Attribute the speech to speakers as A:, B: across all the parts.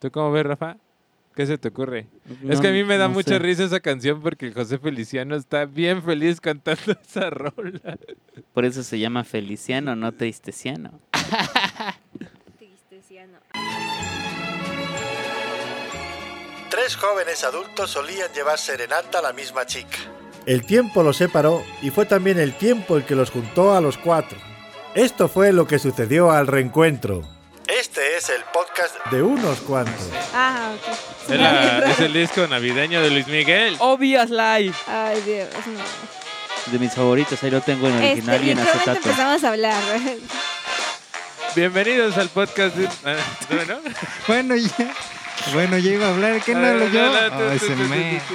A: ¿Tú cómo ves, Rafa? ¿Qué se te ocurre? es que a mí me da mucha risa esa canción porque el José Feliciano está bien feliz cantando esa rola.
B: Por eso se llama Feliciano, no Tristeciano.
C: Tristeciano.
D: Tres jóvenes adultos solían llevar serenata a la misma chica.
E: El tiempo los separó y fue también el tiempo el que los juntó a los cuatro. Esto fue lo que sucedió al reencuentro
D: Este es el podcast
E: de unos cuantos.
C: Ah, ok.
A: Es, la- es el disco navideño de Luis Miguel.
F: Obvious Life.
C: Ay, Dios, no.
B: De mis favoritos, ahí lo tengo en original
C: Este,
B: y en
C: literalmente
B: acetato.
C: empezamos a hablar.
A: Bienvenidos al podcast de... ah, ¿no?
G: Bueno, ya. Bueno, ya iba a hablar. ¿Qué no lo yo?
A: Ah, tú,
G: Ay,
A: tú,
G: se
A: tú, tú,
G: me-
A: tú, tú.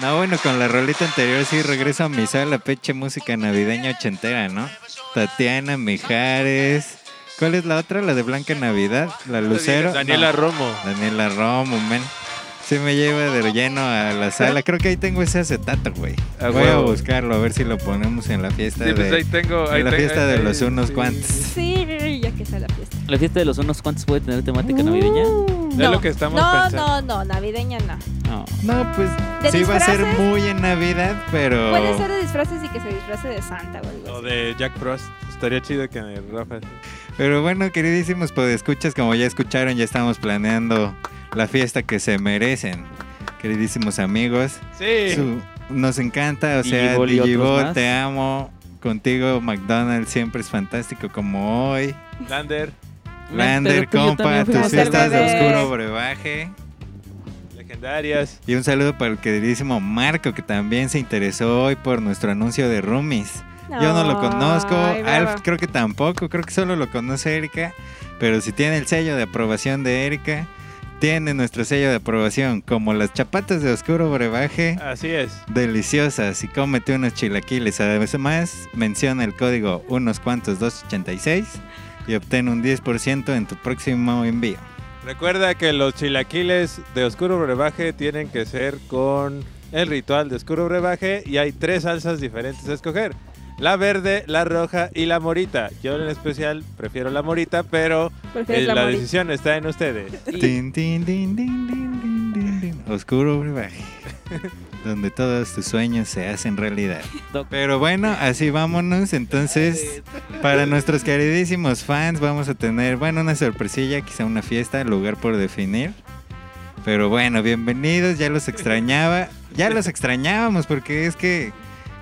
G: No, bueno, con la rolita anterior sí regresa a mi sala peche música navideña ochentera, ¿no? Tatiana Mijares. ¿Cuál es la otra? La de Blanca Navidad, la Lucero.
A: Daniela
G: No,
A: Romo.
G: Daniela Romo, men. Sí me lleva de lleno a la sala. Creo que ahí tengo ese acetato, güey.
A: A
G: Voy a
A: huevo.
G: buscarlo a ver si lo ponemos en la fiesta
A: Sí, pues ahí
G: de
A: tengo... ahí
G: en la
A: tengo-
G: fiesta de
A: ahí-
G: los unos
A: sí.
G: cuantos.
C: Sí, ya que está la fiesta.
B: La fiesta de los unos cuantos puede tener temática navideña.
C: Uh,
A: Es lo que estamos
C: no,
A: pensando.
C: No, no, navideña no.
B: No.
G: No, pues
C: ¿De
G: sí va a ser
C: disfraces?
G: muy en Navidad, pero
C: Puede ser de disfraces y que se disfrace de Santa o algo
A: O
C: así.
A: de Jack Frost. Estaría chido que Rafa...
G: Pero bueno, queridísimos podescuchas, como ya escucharon, ya estamos planeando la fiesta que se merecen. Queridísimos amigos,
A: Sí.
G: su- nos encanta, o sea,
B: Digibol y otros
G: Digibot,
B: más.
G: te amo. Contigo, McDonald's, siempre es fantástico como hoy.
A: Lander,
B: Me
G: Lander,
B: enteré que yo
G: compa,
B: también fui
G: tus
C: a hacer
G: fiestas de
C: bebés.
G: oscuro brebaje.
A: legendarias.
G: Y un saludo para el queridísimo Marco, que también se interesó hoy por nuestro anuncio de roomies. Yo no lo conozco,
C: Ay, brava.
G: Alf creo que tampoco, creo que solo lo conoce Erika, pero si tiene el sello de aprobación de Erika, tiene nuestro sello de aprobación, como las chapatas de oscuro brebaje,
A: Así es.
G: deliciosas, y cómete unos chilaquiles. Además, menciona el código unos cuantos 286 y obtén un 10% en tu próximo envío.
A: Recuerda que los chilaquiles de oscuro brebaje tienen que ser con el ritual de oscuro brebaje y hay tres salsas diferentes a escoger. La verde, la roja y la morita. Yo en especial prefiero la morita, pero
C: Porque
A: eh,
C: es
A: la,
C: la, mori-
A: decisión está en ustedes.
G: Tin, tin, tin, tin, tin, tin, tin, tin. Oscuro brebaje. Donde todos tus sueños se hacen realidad.
B: Doc.
G: Pero bueno, así vámonos. Entonces, para nuestros queridísimos fans, vamos a tener, bueno, una sorpresilla, quizá una fiesta, lugar por definir. Pero bueno, bienvenidos, ya los extrañaba. Ya los extrañábamos porque es que,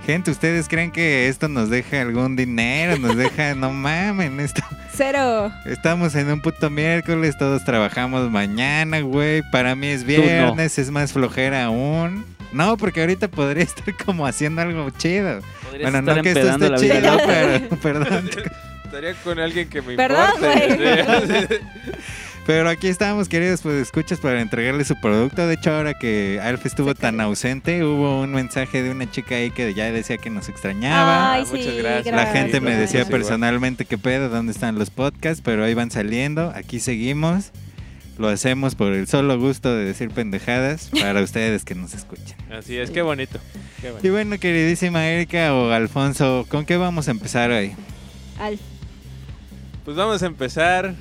G: gente, ¿ustedes creen que esto nos deja algún dinero? Nos deja, no mamen, esto
C: Cero.
G: Estamos en un puto miércoles, todos trabajamos mañana, güey. Para mí es viernes, es más flojera aún. No, porque ahorita podría estar como haciendo algo chido.
B: Podrías
G: bueno,
B: estar
G: no que esto
B: empedando
G: esté
B: la
G: chido,
B: vida. loca.
G: pero, perdón.
A: Estaría con alguien que me
C: Perdón,
A: importe.
G: Pero aquí estamos, queridos, pues escuchas para entregarles su producto. De hecho, ahora que Alf estuvo tan ausente, hubo un mensaje de una chica ahí que ya decía que nos extrañaba.
C: Ay,
A: Ah, muchas
C: sí,
A: gracias.
C: gracias.
G: La gente me decía
A: Gracias, igual.
G: personalmente qué pedo, dónde están los podcasts, pero ahí van saliendo, aquí seguimos. Lo hacemos por el solo gusto de decir pendejadas para ustedes que nos escuchan.
A: Así es, qué bonito. Qué bonito.
G: Y bueno, queridísima Erika o Alfonso, ¿con qué vamos a empezar hoy?
C: Al-
A: Pues vamos a empezar.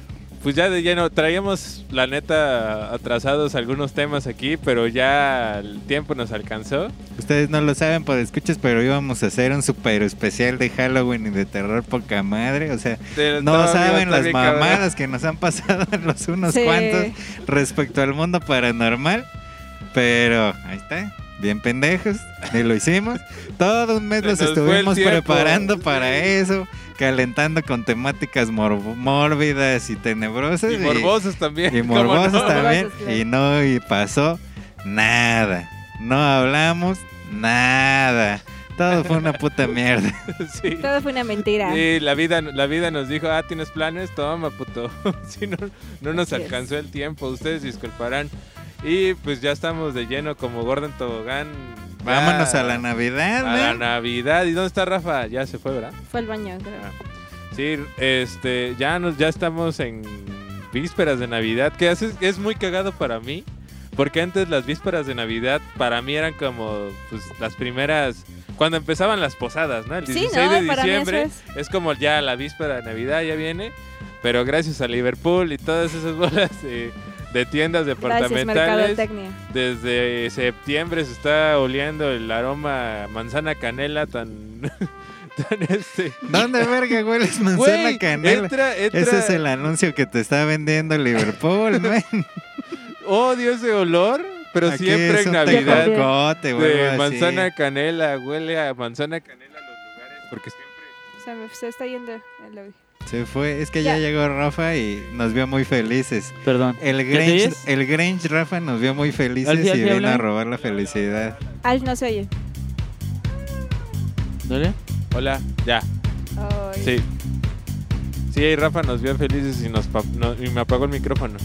A: Pues ya de lleno, traíamos la neta atrasados algunos temas aquí, pero ya el tiempo nos alcanzó.
G: Ustedes no lo saben por escuchas, pero íbamos a hacer un super especial de Halloween y de terror poca madre. O sea,
A: Te-
G: no
A: estaba-
G: saben
A: está
G: las
A: bien cabrón.
G: mamadas que nos han pasado en los unos
C: Sí.
G: cuantos respecto al mundo paranormal. Pero ahí está, bien pendejos, y lo hicimos. Todo un mes
A: Se
G: los
A: nos fue el
G: estuvimos
A: tiempo.
G: preparando
A: Sí.
G: para eso, calentando con temáticas mor- mórbidas y tenebrosas.
A: Y morbosos también.
G: y
A: ¿cómo
G: morbosos
A: no?
G: también.
C: Morbosos, claro.
G: Y no y pasó nada. No hablamos nada. Todo fue una puta mierda.
A: sí.
C: Todo fue una mentira.
A: Sí, la vida, la vida nos dijo, ah, ¿tienes planes? Toma, puto. si no, no nos
C: Así es.
A: alcanzó el tiempo, ustedes disculparán. Y pues ya estamos de lleno como Gordon Tobogán. Ya
G: Vámonos a la Navidad,
A: A la
G: ¿no?
A: Navidad. ¿Y dónde está Rafa? Ya se fue, ¿verdad?
C: Fue al baño, creo.
A: Sí, este, ya nos, ya estamos en vísperas de Navidad, que es, es muy cagado para mí, porque antes las vísperas de Navidad para mí eran como pues, las primeras, cuando empezaban las posadas, ¿no? El
C: Sí,
A: 16
C: ¿no?
A: de
C: Para mí eso
A: diciembre
C: es.
A: como ya la víspera de Navidad ya viene, Pero gracias a Liverpool y todas esas bolas eh, de tiendas
C: Gracias,
A: departamentales,
C: mercadotecnia.
A: desde septiembre se está oliendo el aroma a manzana canela tan, tan este.
G: ¿Dónde verga hueles manzana
A: Güey,
G: canela?
A: Entra, entra.
G: Ese es el anuncio que te está vendiendo Liverpool, men.
A: Odio ese olor, pero
G: Aquí
A: siempre
G: es
A: en
G: un
A: Navidad.
G: tejocote o algo
A: De
G: así.
A: manzana canela, huele a manzana canela los lugares porque siempre.
C: O sea, me- se está yendo el lobby.
G: Se fue, es que ya,
C: Ya.
G: llegó Rafa y nos vio muy felices.
B: Perdón.
G: El
B: ¿Ya te
G: Grange,
B: oyes?
G: el Grange Rafa nos vio muy felices
B: Alfie,
G: y
B: Alfie,
G: vino a
B: habla.
G: robar la felicidad.
C: Alf no se oye.
B: ¿Dale?
A: Hola, ya,
C: Ay.
A: sí. Sí, ahí Rafa nos vio felices y, nos pa- no- y me apagó el micrófono.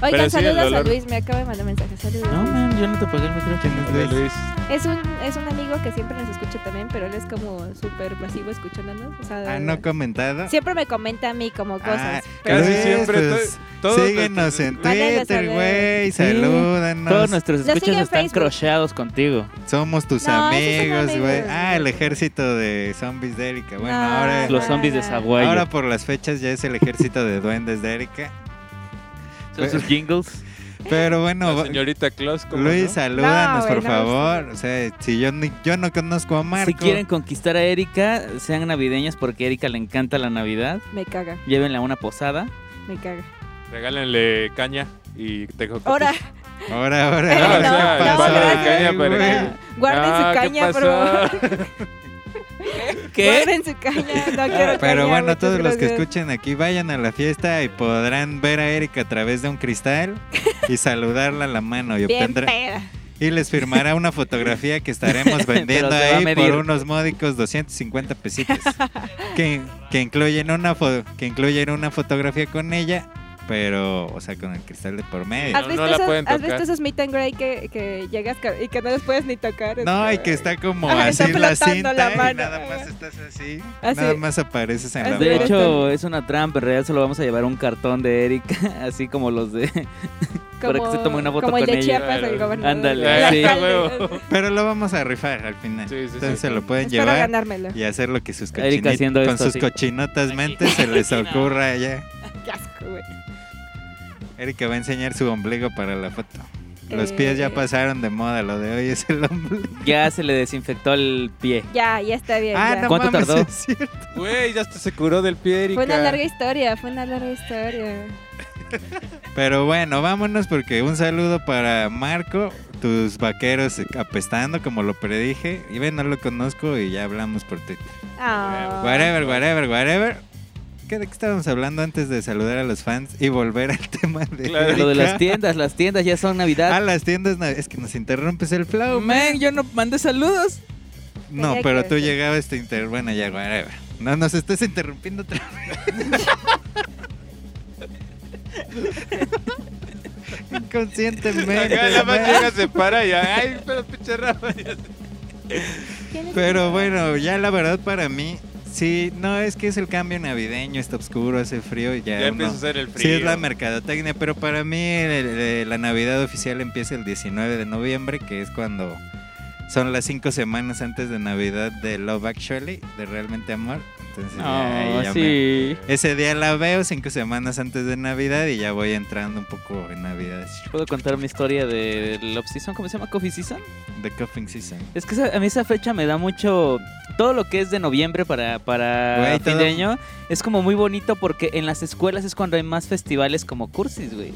A: Pero
C: Oigan,
A: sí, el
C: saludos a
A: olor.
C: Luis, me acaba de mandar mensaje. Saludos.
B: No, man, yo no te pagué el micrófono.
A: Hola, Luis.
C: Es un, es un amigo que siempre nos escucha también, pero él es como súper pasivo escuchándonos. O sea,
G: Ah, no comentado.
C: siempre me comenta a mí como cosas.
G: Ah,
C: pero-
A: Casi
G: Luis,
A: siempre.
G: pues,
A: to- todos
G: Síguenos
A: nuestros-
G: en
C: Mándenle
G: Twitter,
C: saludos.
G: güey.
B: Sí. Todos
G: Salúdanos.
B: nuestros
C: Lo sigue
B: escuchas
C: en
B: están
C: Facebook.
B: crocheados contigo.
G: Somos tus
C: No, esos son
G: amigos, güey.
C: amigos.
G: Ah, el ejército de zombies de Erika. Bueno,
C: No,
G: ahora,
B: Los
C: Ah.
B: zombies de Zaguayo.
G: Eh, ahora por las fechas ya es el ejército de duendes de Erika.
B: Son
G: pues,
B: sus jingles.
G: Pero bueno,
A: La
G: va-
A: señorita Claus, como.
G: Luis, salúdanos,
C: No, güey,
G: por
C: no,
G: favor. O sea, si yo, ni- yo no conozco a Marco.
B: Si quieren conquistar a Erika, sean navideños porque a Erika le encanta la Navidad.
C: Me caga,
B: Llévenla a una posada.
C: me caga.
A: Regálenle caña y tejocotes.
C: Ahora,
G: Ahora, ahora.
A: No,
C: No,
A: o sea,
C: no,
A: palo de
C: gracias.
A: caña para
G: güey.
A: que-
C: guarden
A: Ah,
C: su
A: ¿qué
C: caña, por
A: pasó?
C: favor. Guarden su caña, no quiero caña,
G: Pero bueno,
C: muchas
G: todos los que
C: gracias.
G: escuchen aquí vayan a la fiesta y podrán ver a Erika a través de un cristal y saludarla a la mano y
C: Bien
G: obtendrá
C: peda.
G: y les firmará una fotografía que estaremos vendiendo
B: Pero se va a
G: ahí por
B: medir.
G: unos módicos 250 pesitos que, que incluyen una fo- que incluyen una fotografía con ella, pero o sea, con el cristal de por medio.
A: no
C: ¿Has visto,
A: la
C: esos,
A: pueden
C: has
A: tocar.
C: visto esos meet and grey que, que llegas ca- y que no los puedes ni tocar?
G: No,
C: Este,
G: y que está como
C: Ajá,
G: así
C: está
G: en la
C: flotando
G: cinta
C: la
G: y
C: mano.
G: nada más estás así,
C: Así.
G: nada más apareces en la
C: Así
B: De
C: eres
G: foto.
B: hecho, es una trampa. En realidad solo vamos a llevar un cartón de Erika, así como los de... para que se tome una foto
C: como el
B: con
C: de
B: ella.
C: Chiapas, el
A: Claro.
C: gobernador.
B: Ándale,
C: El
B: sí.
C: alcalde.
G: Pero lo vamos a rifar al final.
A: Sí, sí, sí.
G: Entonces se lo pueden
C: Espero
G: llevar
C: ganármelo.
G: y hacer lo que sus
B: Erika
G: cochini-
B: haciendo
G: con
B: esto
G: sus
B: así.
G: cochinotas mentes se les ocurra ya.
C: Qué asco, güey.
G: Erika va a enseñar su ombligo para la foto. Los
C: Eh.
G: pies ya pasaron de moda, lo de hoy es el ombligo.
B: Ya se le desinfectó el pie.
C: Ya, ya está bien.
G: Ah,
C: ya.
G: no
B: ¿Cuánto
G: mames,
B: tardó?
G: es cierto.
A: Güey, ya hasta se curó del pie, Erika.
C: Fue una larga historia, fue una larga historia.
G: Pero bueno, vámonos porque un saludo para Marco, tus vaqueros apestando como lo predije. Y ven, no lo conozco y ya hablamos por Twitter.
C: Ah.
G: Whatever, whatever, whatever. ¿Qué de qué estábamos hablando antes de saludar a los fans y volver al tema de
A: Claro.
B: Lo de
G: Erika?
B: las tiendas, las tiendas ya son
G: A
B: Navidad.
G: las tiendas, no, es que nos interrumpes el flow.
B: Man, yo no mandé saludos.
G: No,
C: Tenía que
G: pero tú
C: decir.
G: llegabas, te inter... Bueno, ya, whatever. No nos estás interrumpiendo otra vez. Inconscientemente.
A: Acá nada más
G: ¿verdad?
A: llega, se para y ya, ay, pero pinche Rafa. ya se-
C: ¿Quién es
G: Pero
C: ese?
G: bueno, ya la verdad para mí, sí, no, es que es el cambio navideño, está oscuro, hace frío, ya,
A: Ya
G: uno-
A: empieza a hacer el frío.
G: Sí, es la mercadotecnia, pero para mí el- el- la Navidad oficial empieza el 19 de noviembre, que es cuando son las cinco semanas antes de Navidad de Love Actually, de Realmente Amor. Entonces, ya- ahí
B: No,
G: ya
B: Ah, sí.
G: me- Ese día la veo cinco semanas antes de Navidad y ya voy entrando un poco en Navidad.
B: ¿Puedo contar mi historia de Love Season? ¿Cómo se llama? ¿Coffee Season?
G: The Coughing Season.
B: Es que esa- a mí esa fecha me da mucho... Todo lo que es de noviembre para, para
G: Güey,
B: fin
G: todo-
B: de año es como muy bonito porque en las escuelas es cuando hay más festivales como cursis, güey.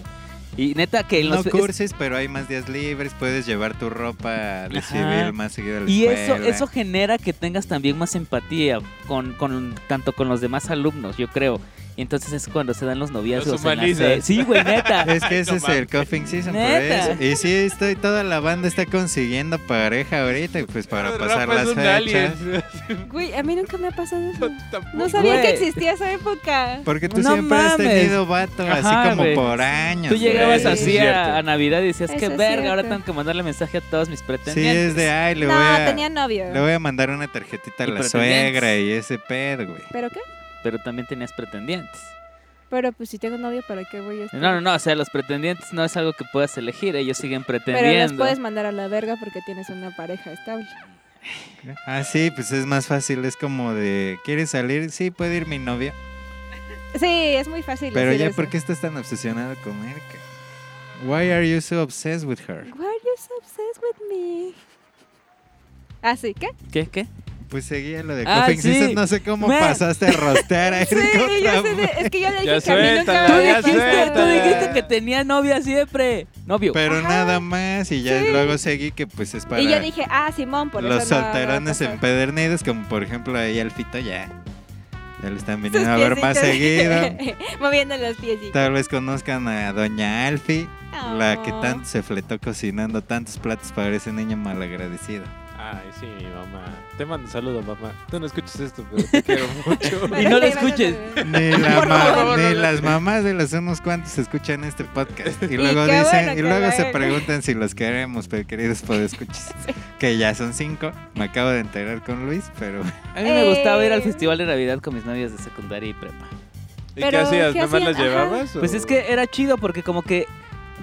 B: Y neta que en
G: No
B: los... es-
G: curses, pero hay más días libres, puedes llevar tu ropa de
B: Ajá.
G: civil más seguido a la
B: Y eso,
G: escuela.
B: eso genera que tengas también más empatía con, con tanto con los demás alumnos, yo creo. Y entonces es cuando se dan los noviazgos. en la
A: humanizas.
B: se- Sí, güey, neta.
G: Es que ese
A: no
G: es el coughing season, por
B: Neta.
G: eso. Y sí, estoy, toda la banda está consiguiendo pareja ahorita, y pues para
A: Rafa
G: pasar
A: es
G: las
A: un
G: fechas.
A: alien.
C: Güey, a mí nunca me ha pasado
G: Pues,
C: eso.
A: Tampoco.
C: No sabía
B: Güey.
C: que existía esa época.
G: Porque tú
B: No
G: siempre has
B: mames.
G: tenido vato, así
B: Ajá,
G: como
B: güey.
G: por años.
B: Tú llegabas
C: Sí,
G: güey.
B: así
A: es cierto.
B: a, a Navidad y decías,
C: Eso
B: que
C: es
B: verga, ahora
C: cierto.
B: tengo que mandarle mensaje a todos mis pretendientes.
G: Sí, es de, ay, le
C: no,
G: voy a,
C: tenía novio.
G: le voy a mandar una tarjetita a
B: Y
G: la
B: pretendientes.
G: suegra y ese pedo, güey.
C: ¿Pero qué?
B: Pero también tenías pretendientes.
C: Pero pues si tengo novio, ¿para qué voy a estar?
B: No, no, no, o sea, los pretendientes no es algo que puedas elegir, ellos siguen
C: Pero los
B: pretendiendo.
C: puedes mandar a la verga porque tienes una pareja estable.
G: Ah, sí, pues es más fácil, es como de, ¿quieres salir? Sí, puede ir mi novia.
C: Sí, es muy fácil.
G: Pero
C: decir
G: ya,
C: eso.
G: ¿por qué estás tan obsesionado con Erika? Why are you so obsessed with her?
C: Why are you so obsessed with me? Ah, Así que.
B: ¿Qué? ¿Qué?
G: Pues seguía lo de
B: Ah,
G: Coffin
B: sí.
G: Sister, No sé cómo
B: Man.
G: pasaste a rostear a
C: Sí,
G: Erika otra
C: yo sé. de-
G: vez.
C: es que yo le
A: Ya
C: dije que a mí
A: suéltala,
C: nunca.
B: Tú
A: ya
B: dijiste, tú
A: suéltala.
B: dijiste que tenía novia siempre. Novio.
G: Pero
C: Ajá.
G: nada más, y ya
C: Sí.
G: luego seguí que pues es para
C: Y yo dije, ah, Simón, por
G: los
C: eso. no va a
G: solterones
C: pasar.
G: empedernidos, como por ejemplo ahí al Fito ya. Ya lo están
C: Sus
G: viniendo a ver más
C: piecitos.
G: seguido.
C: Moviendo los piecitos.
G: Tal vez conozcan a Doña Alfie, la que
C: Oh.
G: tanto se fletó cocinando tantos platos para ese niño malagradecido.
A: Ay, sí, mamá. Te mando un saludo, mamá. Tú no escuches esto, pero te quiero mucho.
B: Y no lo escuches.
G: Ni, la
C: Por
G: ma-
A: favor,
G: ni
A: no.
G: las mamás de los unos cuantos escuchan este podcast. Y luego
C: qué
G: dicen,
C: bueno
G: y
C: que
G: luego
C: lo
G: se
C: hagan.
G: preguntan si los queremos, pero queridos podescuchas. Que ya son cinco. Me acabo de enterar con Luis, pero
B: A mí me gustaba ir al
C: Eh.
B: festival de Navidad con mis novias de secundaria y prepa.
A: ¿Y qué
C: Pero,
A: hacías?
C: ¿qué
A: ¿Nada más las
C: hacían? Ajá.
A: llevabas? o-
B: Pues es que era chido porque como que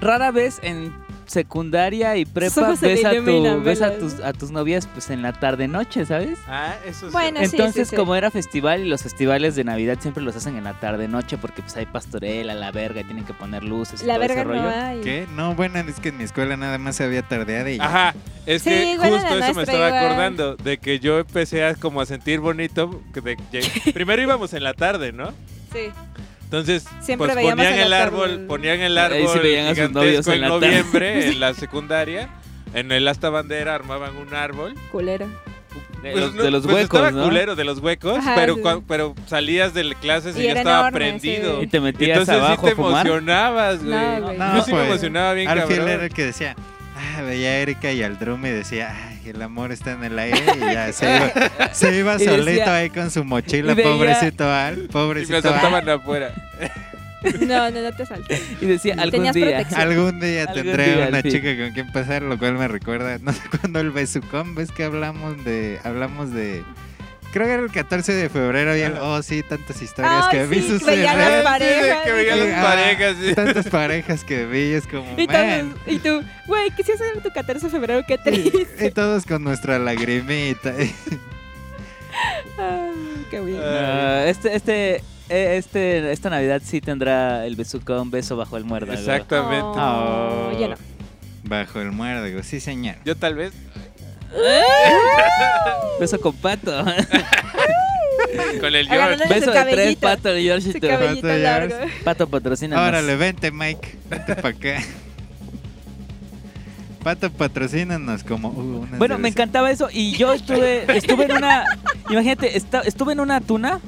B: rara vez en secundaria y prepa
C: Solo se
B: ves,
C: le
B: a, tu,
C: iluminan
B: ves a,
C: velas,
B: tus,
C: ¿no?
B: a tus novias pues en la tarde noche, ¿sabes?
A: Ah, eso sí.
C: Bueno, sí.
B: Entonces,
C: sí.
B: como era festival y los festivales de Navidad siempre los hacen en la tarde noche porque pues hay pastorela, la verga, y tienen que poner luces y
C: La
B: todo
C: verga
B: ese rollo.
C: no hay.
G: ¿qué? No, bueno, es que en mi escuela nada más se había tardeado y ya.
A: Ajá, es
C: Sí,
A: que
C: igual a la
A: justo eso me
C: nuestra,
A: estaba
C: igual.
A: acordando, de que yo empecé a como a sentir bonito. que de- de- primero íbamos en la tarde, ¿no?
C: Sí.
A: Entonces,
C: Siempre
A: pues
C: veíamos
A: ponían
C: en la
A: el árbol,
C: tarde.
A: ponían el árbol
B: Ahí sí veían a sus novios
A: gigantesco
B: en
A: en
B: la tarde.
A: noviembre en la secundaria. En el asta bandera armaban un árbol.
C: Culera.
B: De
A: Pues
B: los,
A: no-
B: de los
A: pues
B: huecos,
A: estaba
B: ¿no?
A: culero de los huecos,
C: Ajá,
A: pero,
C: sí.
A: cuan- pero salías de clases y,
C: Y
A: ya
C: era
A: estaba
C: enorme,
A: prendido.
C: sí.
B: Y te metías
A: Entonces sí
B: abajo
A: te
B: a fumar.
A: emocionabas, güey.
C: No, güey.
G: No,
A: Yo sí me
G: pues,
A: emocionaba bien,
G: Alfie
A: cabrón.
G: era el que decía, ah, veía a Erika y al drum y decía, ay, el amor está en el aire y ya se iba, se iba
B: Y decía-
G: solito ahí con su mochila,
B: y veía-
G: pobrecito Al,
A: Y me
G: pobrecito ¿eh? Al.
A: asaltaban afuera.
C: No, no, no te saltes.
B: Y decía, algún
C: Tenías
B: día.
C: protección.
G: Algún día
B: Algún
G: tendré
B: día,
G: una
B: Alfie.
G: chica con quien pasar, lo cual me recuerda, no sé cuándo el besucón, ves que hablamos de, hablamos de, creo que era el 14 de febrero y el, oh sí, tantas historias
C: Ay,
G: que vi
C: sí,
G: suceder.
C: veía las
A: Sí, de
C: parejas.
A: que veía
G: Y,
A: las
G: ah,
A: parejas. sí.
G: Tantas parejas que vi, es como,
C: Y,
G: man,
C: todos- y tú, güey, ¿qué se hace en tu 14 de febrero? Qué triste.
G: Y todos con nuestra lagrimita.
C: Ah, qué bien.
B: Ah, este, este, eh, este, esta Navidad sí tendrá el besuco un beso bajo el muerda.
A: Exactamente.
B: Ah.
C: Oh,
G: Oh.
C: yo no.
G: Bajo el muérdago, sí señor.
A: Yo tal vez.
B: Beso con pato.
A: Con el George.
C: Agarrando Su
B: beso de tres,
C: cabellito.
B: pato y
C: Ese
B: Georgito.
C: cabellito
G: Pato, ya ves.
C: largo.
B: Pato patrocina.
G: Órale, vente Mike, vente pa' acá. Pato, patrocínanos como... uh, unas
B: Bueno, me
G: cervezas.
B: encantaba eso. Y yo estuve, estuve en una. Imagínate, esta- estuve en una tuna.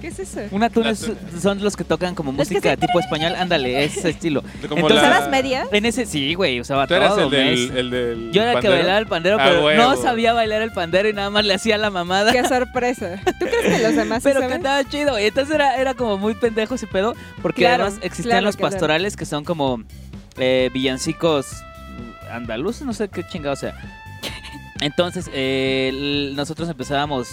C: ¿Qué es eso?
B: Una tuna
A: Las
B: es-
A: tunas.
B: son los que tocan como
C: Los que
B: música
C: se-
B: tipo español. Ándale, ese estilo.
A: Como
B: Entonces,
A: la-
C: ¿Usabas media?
B: En ese sí, güey, usaba
A: Tú eras
B: todo.
A: el del,
B: mes.
A: el del
B: yo era el que
A: pandero.
B: bailaba el pandero,
A: Ah,
B: pero no
A: huevo.
B: sabía bailar el pandero y nada más le hacía la mamada.
C: Qué sorpresa. ¿Tú crees que los demás sí
B: Pero
C: saben?
B: cantaba chido. Y entonces era, era como muy pendejo ese pedo. Porque
C: Claro,
B: además existían
C: claro,
B: los
C: claro.
B: pastorales que son como eh, villancicos andaluces, no sé qué chingado sea. Entonces, eh, l- nosotros empezábamos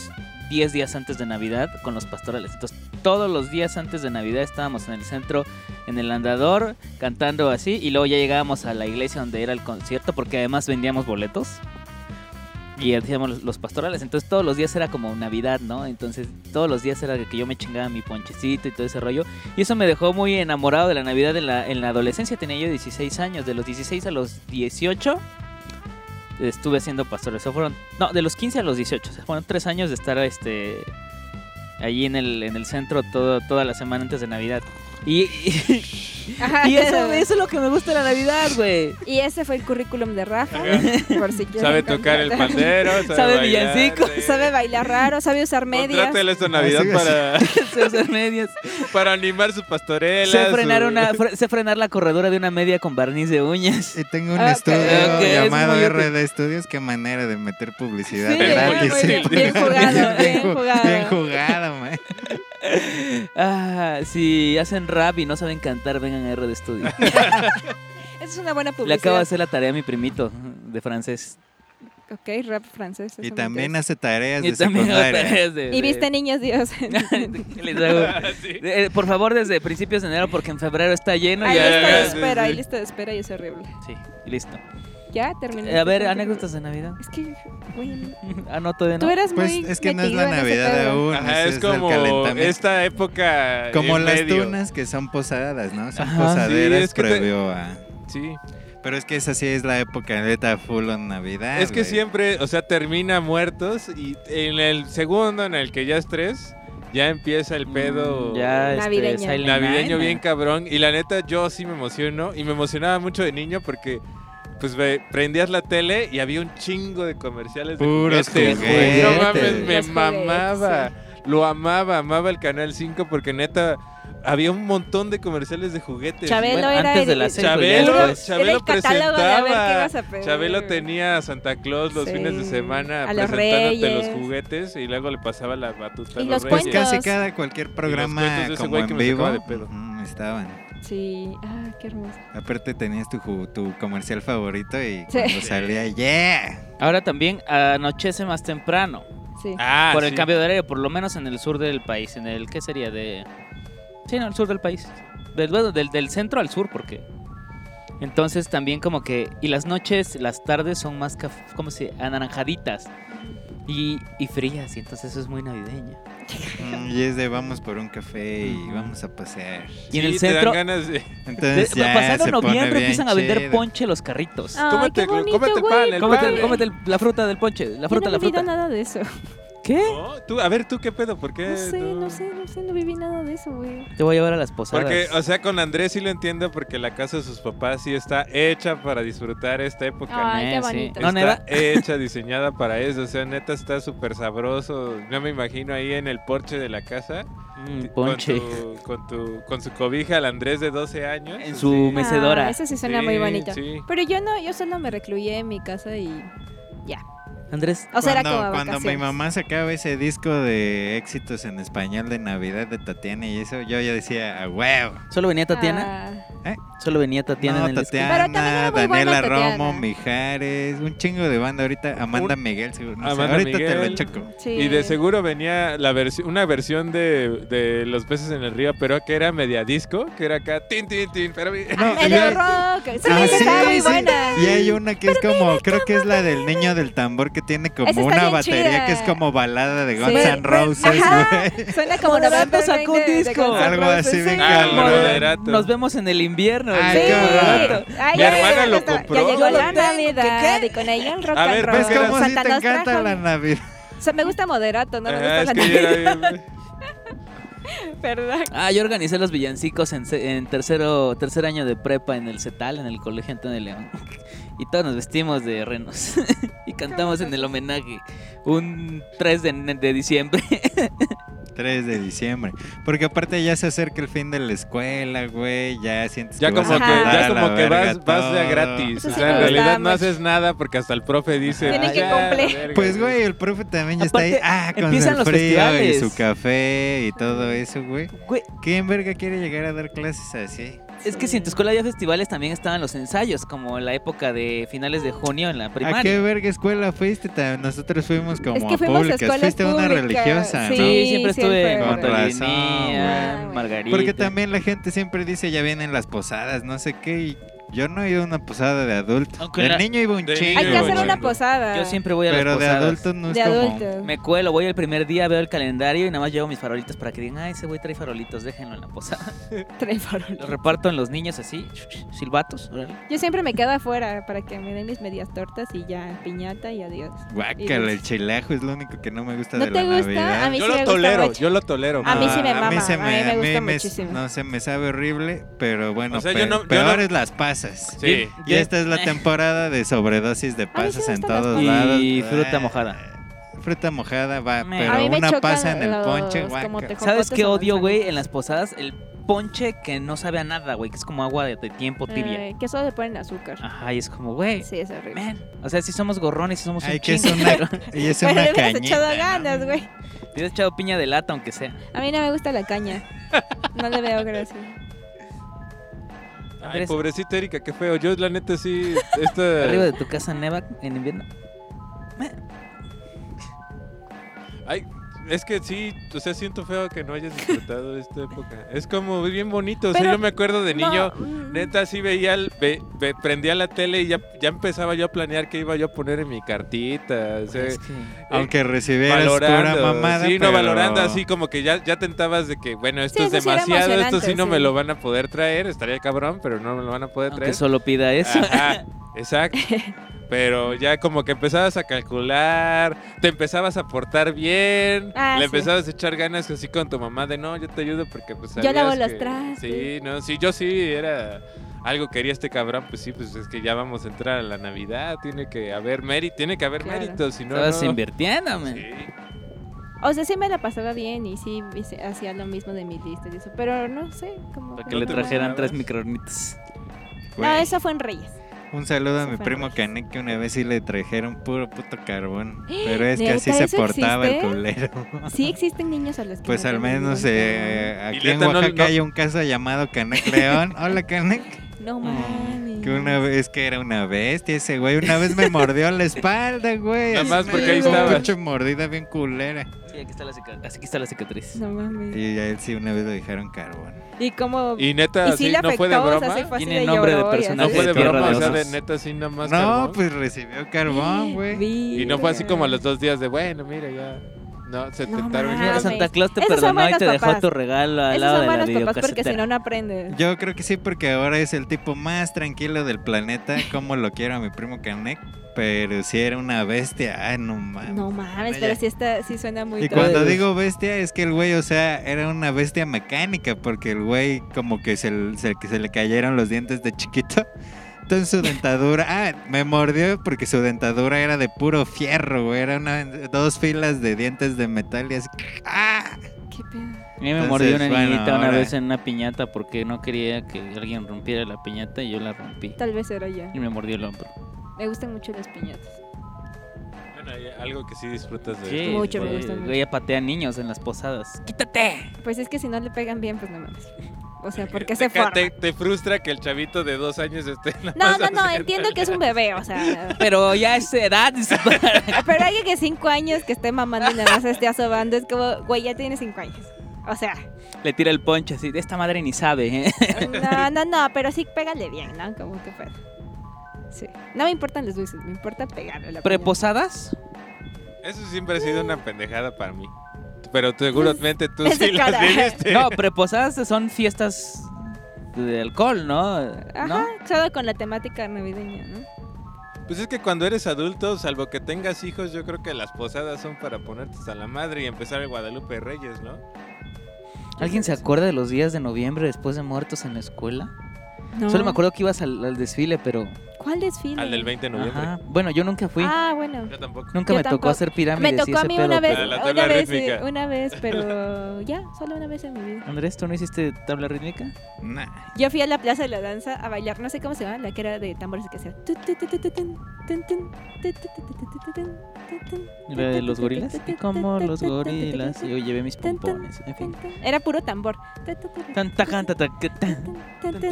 B: 10 días antes de Navidad con los pastorales. Entonces, todos los días antes de Navidad estábamos en el centro, en el andador, cantando así. Y luego ya llegábamos a la iglesia donde era el concierto, porque además vendíamos boletos. Y hacíamos los- los pastorales. Entonces todos los días era como Navidad, ¿no? Entonces todos los días era que yo me chingaba mi ponchecito y todo ese rollo. Y eso me dejó muy enamorado de la Navidad en la, en la adolescencia. Tenía yo 16 años. De los 16 a los 18 estuve haciendo pastores. Eso fueron, no, de los 15 a los 18. O sea, fueron tres años de estar este, allí en el, en el centro todo, toda la semana antes de Navidad. Y, y,
C: Ajá.
B: y eso, eso es lo que me gusta de la Navidad, güey.
C: Y ese fue el currículum de Rafa. Por si quieren
A: Sabe tocar el este.
C: contratar.
A: pandero, sabe,
B: Sabe
A: bailar, eh,
B: villancico.
A: sí.
C: Sabe bailar raro, sabe usar medias.
A: Contrátelo
G: Ah,
A: esta Navidad
G: Así,
A: para,
B: Se usan medias.
A: para animar su pastorela.
B: Sé frenar,
A: su-
B: una, fre- sé frenar la corredora de una media con barniz de uñas.
G: Y Eh, tengo un
C: Ah, ok,
G: estudio
B: ok, es
G: llamado
B: muy útil.
G: RD Studios, qué manera de meter publicidad.
C: Sí,
G: ¿verdad?
A: muy
G: Que sí,
A: bien,
C: bien jugado, bien
G: ju-
C: jugado.
G: Bien jugado, man.
B: Ah, si hacen rap y no saben cantar, vengan a R de estudio.
C: Esa es una buena
B: Le acabo de
C: publicidad.
B: hacer la tarea a mi primito de francés.
C: Ok, rap francés. eso
G: Y
C: me
G: también
C: interesa.
G: hace tareas
B: Y
G: de
B: también hago
G: secundaria.
B: tareas de.
C: Y viste niños Dios.
B: de- ¿Qué les hago?
A: Ah, Sí.
B: Eh, por favor, desde principios de enero, porque en febrero está lleno y
C: Ahí
A: ya,
C: lista
A: ya,
C: de
A: ya, sí,
C: espera, ahí
A: sí.
C: lista de espera y es horrible.
B: Sí, y listo.
C: Ya terminé.
B: Eh, A ver, anécdotas de Navidad.
C: Es que, güey,
B: Ah, no, todavía
C: tú
B: no.
C: eras
G: Pues
C: muy.
G: es que no es
C: metido
G: la
C: en ese
G: Navidad
C: pedo.
G: aún.
A: Ajá,
G: ese
A: es
G: el
A: como
G: calentamiento.
A: esta época.
G: Como
A: en
G: las
A: medio.
G: tunas que son posadas, ¿no? Son
B: Ajá.
G: posaderas
A: Sí, es que te-
G: previo a...
A: Sí.
G: Pero es que esa sí es la época neta full on Navidad.
A: Es que
G: Ah, güey.
A: siempre, o sea, termina muertos y en el segundo en el que ya es tres, ya empieza el pedo
B: Mm, ya, este,
C: Navideño.
B: Silent
A: navideño
B: Night.
A: bien cabrón. Y la neta, yo sí me emociono y me emocionaba mucho de niño porque pues ve, prendías la tele y había un chingo de comerciales de
G: Puros
A: güey. No
G: juguetes.
A: mames, me
C: Los juguetes,
A: mamaba. Lo amaba, amaba el Canal 5 porque neta había un montón de comerciales de juguetes.
C: Chabelo
B: Bueno,
C: era
B: antes de
C: el-
B: las seis, güey,
A: Chabelo,
B: ya después.
A: Chabelo
C: Era el catálogo de a ver qué
A: presentaba.
C: ibas a pedir.
A: Chabelo tenía a Santa Claus los
C: Sí.
A: fines de semana
C: A los
A: presentándote los,
C: reyes.
A: juguetes y luego le pasaba la batuta a
C: Y
A: los,
C: los
G: Pues
A: reyes.
C: cuentos.
G: casi cada cualquier programa
A: cuentos de ese
G: como
A: güey que
G: en
A: me
G: vivo
A: sacaba de pedo.
G: ujú, estaban.
C: Sí, ah, qué hermoso.
G: Aparte tenías tu, ju- tu comercial favorito y
C: Sí.
G: cuando salía, ¡yeah!
B: Ahora también anochece más temprano.
C: Sí.
A: Ah,
B: por el
A: sí.
B: cambio de horario, por lo menos en el sur del país. ¿En el qué sería? De... Sí, no, el sur del país. Del, bueno, del, del centro al sur, porque. Entonces también como que... Y las noches, las tardes son más caf- como si anaranjaditas y, y frías, y entonces eso es muy navideño.
G: Mm, Y es de vamos por un café y
B: Ujú.
G: vamos a pasear.
B: Y en el
A: Sí, te dan
B: centro,
A: ganas de- "Ah,
B: de-
G: Entonces ya
B: pasado
G: se pone
B: noviembre
G: bien
B: empiezan a vender
G: chido.
B: ponche los carritos.
C: Ay,
A: pues, cómete,
C: qué bonito,
A: cómete
C: güey.
A: pan, el
B: cómete
A: pan.
B: cómete el- la fruta del ponche, la
C: Yo
B: fruta,
C: no
B: la
C: he vivido
B: fruta.
C: nada de eso.
B: ¿Qué?
A: No, tú, a ver, tú qué pedo, ¿por qué?
C: No sé,
A: tú?
C: no sé, no sé, no viví nada de eso, güey.
B: Te voy a llevar a las posadas.
A: Porque, o sea, con Andrés sí lo entiendo porque la casa de sus papás sí está hecha para disfrutar esta época.
C: Ay,
B: Eh,
C: qué
B: sí.
C: bonito.
B: No,
A: está
B: neta.
A: hecha, diseñada para eso. O sea, neta está súper sabroso. Yo me imagino ahí en el porche de la casa.
B: Mm, ponche.
A: Con tu, con, tu, con su cobija, el Andrés de 12 años.
B: En su
A: así.
B: mecedora.
C: Ah, eso sí suena muy
A: Sí,
C: bonito.
A: sí.
C: Pero yo no, yo solo me recluía en mi casa y ya.
B: Andrés,
C: O sea, era
G: cuando,
C: como a
G: cuando mi
C: vacaciones.
G: mamá sacaba ese disco de éxitos en español de Navidad de Tatiana y eso, yo ya decía, ¡a huevo!
B: solo venía Tatiana,
C: Ah,
B: solo venía Tatiana
G: No,
B: en el disco.
C: Pero también
G: Tatiana,
C: era muy buena
G: Daniela
C: Tatiana.
G: Romo, Mijares, un chingo de banda ahorita, Amanda Miguel, seguro. no sé,
A: Amanda
G: ahorita te
A: Miguel.
G: lo checo.
C: sí.
A: Y de seguro venía la versi- una versión de, de Los peces en el río, pero que era media disco, que era acá, tin, tin, tin, pero...
G: No,
C: El
G: y
C: de
G: hay-
C: rock. Sí,
G: Ah,
C: esa
G: sí,
C: está muy
G: sí.
C: buena.
G: Y hay una que es como, creo que es la del niño del tambor que tiene como
C: Esa está
G: una
C: bien
G: batería
C: chida.
G: que es como balada de Guns
C: Sí. Pues,
G: N' Roses,
C: Ajá.
G: güey.
C: Suena como
B: Moderato
C: November
B: sacó un
C: Rain de- de
B: disco.
C: Guns N'
G: Algo
C: Roses.
G: así
C: Sí.
G: bien
A: Ah,
G: cabrón.
A: moderato.
B: Nos vemos en el invierno.
G: Ay,
B: Sí.
G: qué horror.
C: Ay,
A: Mi
C: ya
A: hermana
C: llegó
A: lo
C: la-
A: compró.
C: Ya llegó
B: Yo lo
C: la
B: tengo,
C: Navidad
B: ¿qué?
C: y con ella el rock
A: A
C: and
A: ver,
G: ¿Ves
A: Pero
C: roll.
G: cómo si
C: Santa
G: te
C: nos
G: encanta
C: trajo-
G: la Navidad?
C: O sea, me gusta moderato, no me
A: Ah,
C: gusta la
A: es que yo
C: Navidad.
A: era bien-
C: Perdón.
B: Ah, yo organicé los villancicos en, se- en tercero, tercer año de prepa en el CETAL, en el Colegio Antonio de León. Y todos nos vestimos de renos. y cantamos en el homenaje un 3 de, de diciembre.
G: 3 de diciembre. Porque aparte ya se acerca el fin de la escuela, güey. Ya sientes
A: Ya
G: que
A: como
G: vas a
A: que, ya
G: mandar a la
A: como que
G: verga
A: vas, vas de a
G: todo.
A: gratis.
C: Eso
A: O sea, en
C: sí me gustaba
A: realidad no
C: mucho.
A: haces nada porque hasta el profe dice...
C: Tienen
A: "Ah,
C: que
A: ya, la
C: cumplir".
A: verga,
G: Pues, güey, el profe también ya
B: Aparte,
G: está ahí. Ah, con
B: empiezan
G: el
B: los
G: frío
B: festivales.
G: y su café y todo eso, güey.
B: Güey,
G: ¿Quién verga quiere llegar a dar clases así?
B: es que si en tu escuela había festivales, también estaban los ensayos, como en la época de finales de junio en la
G: ¿A Ah, qué
B: primaria.
G: verga escuela fuiste? Ta- Nosotros fuimos como
C: Es que
G: a
C: fuimos a
G: públicas.
C: escuelas
G: Fuiste a una
C: públicas,
G: religiosa,
B: Sí,
C: Sí,
G: ¿no?
B: siempre
C: sí,
B: estuve en
C: fue.
G: Con razón,
B: Montolinia,
C: güey.
B: Margarita.
G: Porque también la gente siempre dice, ya vienen las posadas, no sé qué. y yo no he ido a una posada de adulto.
B: Aunque
G: el
B: la-
G: niño iba un
A: de
G: chingo.
A: niño
C: Hay que
A: iba
G: güey.
C: hacer una
A: bueno.
C: posada.
B: Yo siempre voy a
G: Pero
B: las
G: de
B: posadas.
G: adulto no es
C: de
G: como...
C: adultos.
B: Me cuelo, voy el primer día, veo el calendario y nada más llevo mis farolitos para que digan, ah, ese güey trae farolitos, déjenlo en la posada.
C: Tres faroles.
B: Los reparto en los niños así, silbatos. órale.
C: Yo siempre me quedo afuera para que me den mis medias tortas y ya, piñata y adiós.
G: Guácala, el chilajo es lo único que no me gusta
C: ¿No
G: de
C: te
G: la
C: gusta?
G: Navidad.
C: A mí
A: Yo
C: sí me
A: lo
C: gusta
A: tolero,
C: mucho.
A: yo lo tolero.
C: A mí sí me
G: Ah,
C: mama, a mí me gusta muchísimo.
G: No sé, me sabe horrible, pero bueno,
A: O sea, yo
G: pe-
A: no- yo
G: peor
A: no-
G: es las pasas.
A: Sí. este-
G: Y esta es la temporada de sobredosis de
C: A mí sí me
G: pasas en
C: gustan las
G: todos
B: pasas.
G: lados.
B: Y
G: Ah,
B: fruta mojada.
G: Fruta mojada va,
B: Me-
G: pero
B: A
C: mí me
G: una
C: chocan
G: pasa en el
C: los
G: ponche,
C: como
G: guaca.
C: tejocotes
B: ¿Sabes qué
C: o
B: odio, güey,
C: manzanitas.
B: en las posadas? El ponche que no sabe a nada, güey, que es como agua de, de tiempo tibia.
C: Ay, Eh, que solo le ponen azúcar.
B: Ajá, y es como, güey,
C: Sí, es horrible.
B: man. O sea, sí somos gorrones, sí somos
G: Ay,
B: un
G: que es
B: chingo,
G: una-
B: pero
G: Y es
C: Pero
G: una
C: le hubieras
G: cañita.
C: echado
G: ¿no?
C: ganas, güey.
B: te has echado piña de lata, aunque sea.
C: A mí no me gusta la caña. No le veo gracia.
A: Ay, pobrecita Erika, qué feo. Yo, la neta, sí... Esta...
B: Arriba de tu casa neva en invierno.
A: Ay, es que sí, o sea, siento feo que no hayas disfrutado esta época. Es como bien bonito. o sea,
C: Pero
A: yo me acuerdo de niño
C: No, mm,
A: neta sí veía, el, ve- ve- prendía la tele y ya, ya empezaba yo a planear qué iba yo a poner en mi cartita. o sea,
B: Es que-
G: Aunque recibieras pura
A: valorando.
G: mamada.
A: sí, no,
G: pero-
A: valorando así como que ya, ya tentabas de que, bueno, esto
C: Sí,
A: es
C: eso sí era
A: demasiado, esto
C: emocionante,
A: sí no me
C: sí.
A: lo van a poder traer, estaría cabrón, pero no me lo van a poder
B: aunque
A: traer.
B: solo pida eso.
A: Ajá, exacto. Pero ya como que empezabas a calcular, te empezabas a portar bien,
C: Ah,
A: le
C: sí.
A: empezabas a echar ganas así con tu mamá de no, yo te ayudo porque pues
C: Yo lavo
A: sabías
C: los
A: que-
C: trastes.
A: Sí, no, sí, yo sí era algo que quería este cabrón, pues sí, pues es que ya vamos a entrar a la Navidad, tiene que haber mérito, tiene que haber
C: Claro.
A: mérito, si no
B: Estabas
A: no.
B: invirtiendo, man.
A: Sí.
C: O sea, sí me la pasaba bien y sí hice- hacía lo mismo de mis listas y eso. Pero no sé, como.
B: Para
C: que
B: que
A: ¿No
B: le
A: te
B: trajeran
A: gustaba?
B: tres micronitos.
G: Güey,
C: No, eso fue en Reyes.
G: Un saludo a
C: Eso
G: mi
C: fue
G: primo
C: raro.
G: Canek que una vez sí le trajeron puro puto carbón.
C: ¡Eh!
G: Pero es que
C: ¿Neta
G: así se
C: eso
G: portaba
C: existe?
G: el culero.
C: Sí existen niños a los que.
G: Pues
C: no
G: al
C: tienen
G: menos
C: ningún
G: eh,
A: Y
G: aquí en
A: neta, no-
G: Oaxaca
A: no-
G: hay un caso llamado Canek León. Hola Canek.
C: problema. No mames.
G: Que una vez que era una bestia ese güey. Una vez me mordió la espalda, güey.
A: Nada más
G: Así me
A: porque ahí
G: dio una
A: estabas.
G: pinche mordida bien culera.
B: Sí, aquí está la, cica- aquí está la cicatriz.
C: No mames.
G: Y a él sí una vez le dejaron carbón.
C: Y como.
A: Y neta,
C: y sí
A: sí,
C: le
A: no
C: afectó,
A: fue de
C: o
A: broma.
C: sea, se fue así
B: Tiene
C: de
B: nombre de
C: lloró y así.
A: no
B: personaje
A: fue de
B: Tierra
A: broma,
B: de
A: o sea, de
B: Osos.
A: neta, sí, nada más.
G: no,
A: carbón.
G: pues recibió carbón, güey.
A: Y no fue así como a los dos días de, bueno, mira, ya. No, se
C: No
A: tentaron.
C: mames.
B: Santa Claus te
C: Esos son
B: perdonó y
C: buenos
B: te dejó
C: papás.
B: tu regalo al
C: Esos
B: lado
C: son
B: de la
C: malos papás porque si
B: videocasetera.
C: no, no aprendes.
G: Yo creo que sí, porque ahora es el tipo más tranquilo del planeta. Como lo quiero a mi primo Canek. Pero si era una bestia. Ay, no mames.
C: No mames,
G: Bueno,
C: pero
G: ya.
C: sí, está, sí suena muy
G: Y
C: todo.
G: cuando
B: Todos.
G: digo bestia es que el güey, o sea, era una bestia mecánica porque el güey como que se, l- se- que se le cayeron los dientes de chiquito. Entonces su dentadura, ah, me mordió porque su dentadura era de puro fierro, güey, era una, dos filas de dientes de metal y así, ¡ah!
C: Qué pedo.
B: A mí me mordió una
G: Entonces, bueno,
B: niñita una
G: ahora-
B: vez en una piñata porque no quería que alguien rompiera la piñata y yo la rompí.
C: Tal vez era ya.
B: Y me mordió el hombro.
C: Me gustan mucho las piñatas.
A: Bueno, hay algo que sí disfrutas de
B: Sí,
A: esto.
C: Mucho, me
B: güey,
C: gustan mucho.
B: güey, Ella patea niños en las posadas. ¡Quítate!
C: Pues es que si no le pegan bien, pues no mames. O sea, ¿por
A: Te
C: qué se
A: ca-
C: forma?
A: te, te frustra que el chavito de dos años esté nada
C: No,
A: más
C: no, no,
A: haciendo-
C: entiendo que es un bebé, o sea.
B: Pero ya es edad. dice,
C: Pero alguien que cinco años que esté mamando y nada más esté asobando, es como, güey, ya tiene cinco años. O sea,
B: Le tira el poncho así. De esta madre ni sabe. ¿eh?
C: no, no, no, pero sí pégale bien, ¿no? Como que pueda. Sí. No me importan los dulces, me importa pegarle a la piñata.
B: ¿Preposadas?
A: Eso siempre ha sido una pendejada para mí. Pero seguramente tú
C: Esa
A: sí las
C: cara.
A: viviste.
B: No, preposadas son fiestas de alcohol, ¿no?
C: Ajá,
B: ¿No?
C: solo con la temática navideña, ¿no?
A: Pues es que cuando eres adulto, salvo que tengas hijos, yo creo que las posadas son para ponerte a la madre y empezar el Guadalupe Reyes, ¿no?
B: ¿Alguien se acuerda de los días de noviembre después de muertos en la escuela?
C: No.
B: Solo me acuerdo que ibas al, al desfile, pero...
C: ¿Cuál desfile?
A: Al del 20 de noviembre.
B: Ajá. Bueno, yo nunca fui.
C: Ah, bueno.
A: Yo tampoco.
B: nunca
C: yo
B: me tocó
C: tampoco.
B: hacer pirámides
C: Me
B: y
C: tocó a
B: ese
C: mí
B: pedo,
C: una vez,
A: Ah,
B: pero-
A: la
C: una
A: tabla
C: vez,
A: rítmica.
C: eh, una vez, pero ya, solo una vez en mi vida.
B: Andrés, ¿tú no hiciste tabla rítmica?
G: Nah.
C: Yo fui a la Plaza de la Danza a bailar, no sé cómo se llama, la que era de tambores que hacía. tu, tu, tu, tu, tu, tun, tun, tun, tu, tu, tu, tu, tu, tu, tun, tu, tun,
B: ¿La de los gorilas? Y como los gorilas, yo llevé mis
C: tun, tun,
B: pompones, en fin.
C: tun, tun. Era puro tambor. Tu, tu, tu, tu,
B: Tan, tacan, ta, ta, que, tan,
C: tun,
B: tan,
C: tun, tun,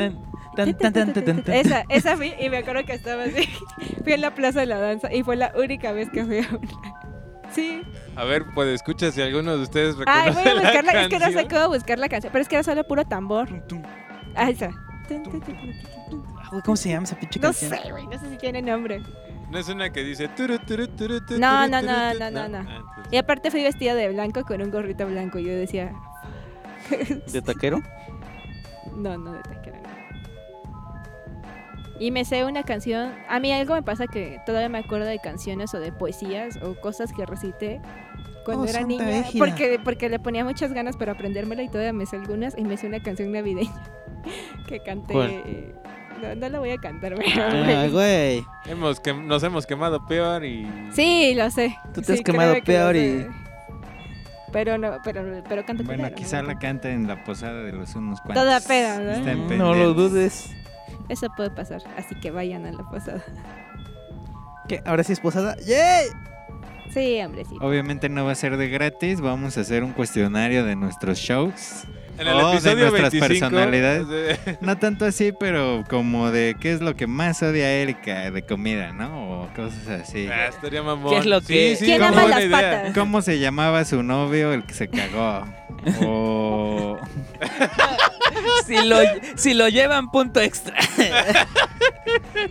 B: tan, tan, tan, tan, tan, tan, tan.
C: Esa, esa fui y me acuerdo que estaba así. Fui a la Plaza de la Danza y fue la única vez que fui a una. Sí.
A: A ver, pues escucha si alguno de ustedes reconoce
C: Ay, voy a
A: la
C: buscarla. Es que no sé
A: canción.
C: cómo buscar la canción, pero es que era solo puro tambor.
B: Tum, tum.
C: Ah, esa.
B: Ah, güey, ¿Cómo se llama esa pinche
C: No
B: canción?
C: sé, güey, no sé si tiene nombre.
A: No es una que dice... turu, turu, turu, turu,
C: No,
A: turu,
C: no,
A: turu,
C: no,
A: turu.
C: no, no, no.
A: Ah, entonces-
C: Y aparte fui vestida de blanco con un gorrito blanco. Y yo decía,
B: ¿De taquero?
C: no, no, de taquera no. Y me sé una canción. A mí algo me pasa que todavía me acuerdo de canciones o de poesías o cosas que recité cuando
B: Oh,
C: era
B: Santa
C: niña.
B: Égida.
C: Porque, porque le ponía muchas ganas para aprendérmela y todavía me sé algunas. Y me sé una canción navideña que canté.
B: ¿Cuál?
C: No, no la voy a cantar, pero-
B: Ah, güey.
A: Hemos quem- nos hemos quemado peor y...
C: Sí, lo sé.
B: Tú te has
C: Sí,
B: quemado
C: créeme que lo
B: peor y-
C: sé. Pero no, pero, pero canto
G: Bueno,
C: culero,
G: quizá
C: ¿no?
G: la canta en la posada de los unos cuantos.
C: Toda peda, ¿verdad?
G: Estén
B: No lo
G: pendientes.
B: dudes.
C: Eso puede pasar, así que vayan a la posada.
B: ¿Qué? ¿Ahora sí es posada? ¡Yay!
C: Sí, hombre, sí.
G: Obviamente no va a ser de gratis, vamos a hacer un cuestionario de nuestros shows.
A: En el
G: Oh, de
A: episodio
G: nuestras
A: 25...
G: personalidades.
A: de-
G: No tanto así, pero como de qué es lo que más odia Erika de comida, ¿no? O cosas así.
A: Ah, estaría mamón.
B: ¿Qué es lo que-
C: ¿Quién
A: como
C: ama
A: buena
C: las
A: idea. Ah,
C: patas?
G: ¿Cómo se llamaba su novio el que se cagó? O
B: Si lo, si lo llevan, punto extra.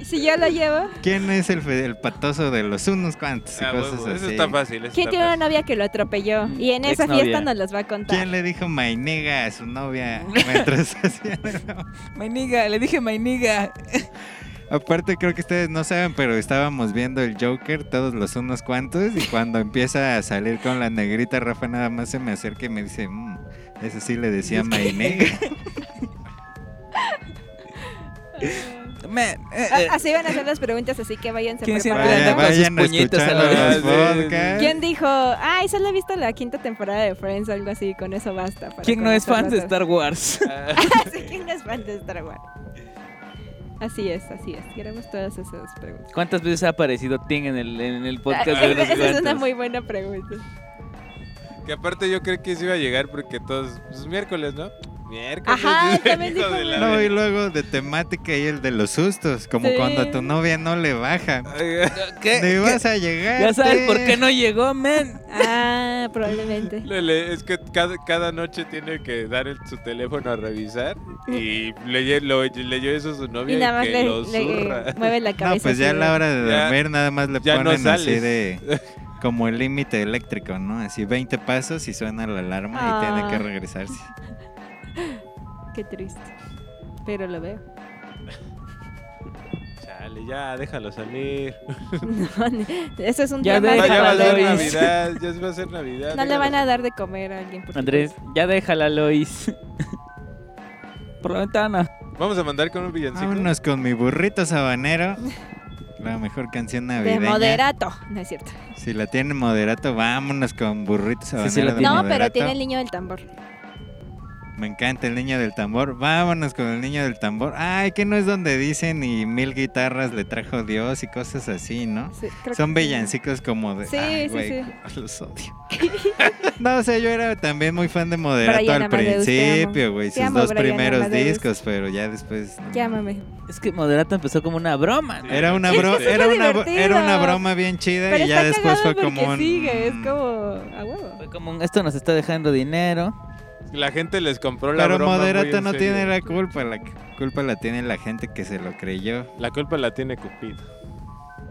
C: Si yo lo llevo.
G: ¿Quién es el, fe- el patoso de los unos cuantos y
A: Ah,
G: cosas
A: huevo, Eso
G: así?
A: está fácil. eso
C: ¿Quién
A: está
C: tiene una
A: fácil.
C: novia que lo atropelló? Y en esa
B: Exnovia.
C: fiesta nos los va a contar.
G: ¿Quién le dijo mainega a su novia mientras hacía
B: Mainiga, le dije Mainiga.
G: Aparte creo que ustedes no saben, pero estábamos viendo el Joker todos los unos cuantos y cuando empieza a salir con la negrita Rafa nada más se me acerca y me dice, "Mm, eso sí le decía Mainega.
B: eh,
C: Ah, Así van a ser las preguntas, así que váyanse
B: ¿Quién siempre
C: preparando.
G: Vayan,
B: anda con sus
G: vayan a
B: puñitos a
G: escuchar
B: la
A: vez.
G: los podcasts.
C: ¿Quién dijo, ay, solo he visto la quinta temporada de Friends o algo así, con eso basta? para
B: ¿Quién no es fan de
C: conocerlos
B: Star Wars?
C: todos"? sí, ¿quién no es fan de Star Wars? Así es, así es. Queremos todas esas preguntas.
B: ¿Cuántas veces ha aparecido Ting en el, en el podcast
C: Ah,
B: de los
C: esa es una
B: Guantes?
C: muy buena pregunta.
A: Que aparte yo creo que se iba a llegar porque todos. Pues miércoles, ¿no? Miércoles.
C: Ajá,
A: dice,
C: también
A: hijo
C: dijo
A: de la
G: No, y
A: verga.
G: luego de temática y el de los sustos, como
C: Sí.
G: cuando a tu novia no le baja.
A: Ay,
B: ¿Qué?
G: Te
B: ¿Qué?
G: vas a llegar. pues.
B: Ya sabes por qué no llegó, man.
C: Ah, probablemente.
A: Lele, es que cada, cada noche tiene que dar el- su teléfono a revisar y le, lo, leyó eso a su novia
C: Y
A: y,
C: nada más
A: que
C: le,
A: lo
C: le-
A: zurra.
C: mueve la cabeza.
G: No, pues ya a
C: así
G: la
C: de-
G: hora de
A: Ya-
G: dormir nada más le
A: ya no
G: ponen así
A: sales.
G: de como el límite eléctrico, ¿no? Así 20 pasos y suena la alarma
C: Ah.
G: y tiene que regresarse.
C: Qué triste. Pero lo veo.
A: Chale, ya, déjalo salir.
C: No, ni- eso es un
B: Ya
C: tema
A: Ya,
B: déjalo,
C: de
A: va a ser
B: Luis.
C: Valeria.
A: Navidad, ya va a ser Navidad.
C: No le
A: déjalo
C: van a dar de comer a alguien. por
B: Andrés, ya déjala, Lois. Por la ventana.
A: salir. Vamos a mandar con un villancico.
G: Vámonos con mi burrito sabanero. La mejor canción
C: De
G: navideña.
C: moderato, no es cierto.
G: Si la tiene moderato, vámonos con burrito sabanero.
B: sí la
G: de
B: tiene.
C: No, pero
G: Moderato.
C: tiene el niño del tambor.
G: Me encanta el niño del tambor. Vámonos con el niño del tambor. Ay, que no es donde dicen y mil guitarras le trajo Dios y cosas así, ¿no?
C: Sí, creo
G: Son
C: que-
G: villancicos como de.
C: Sí,
G: ay,
C: sí,
G: güey, Los odio. no, o sea, yo era también muy fan de Moderato
C: Brian
G: al
C: Amadeus, te amo.
G: principio, güey.
C: Te
G: Sus
C: amo,
G: dos
C: Brian
G: primeros
C: Amadeus.
G: discos, pero ya después. no.
C: Llámame.
B: Es que Moderato empezó como una broma. ¿no?
G: Era una,
A: Es
G: bro-
A: que sí
G: era,
C: fue
G: una, bro- era una
C: divertido.
G: broma bien chida
C: Pero
G: y ya
C: está
G: después fue
C: cagado
G: como
C: porque
G: un. mm.
C: sigue, es como a huevo.
B: Fue como un, esto nos está dejando dinero.
A: La gente les compró la
G: Pero
A: broma muy
G: Moderato
A: en
G: no
A: serio.
G: tiene la culpa. La culpa la tiene la gente que se lo creyó.
A: La culpa la tiene Cupido.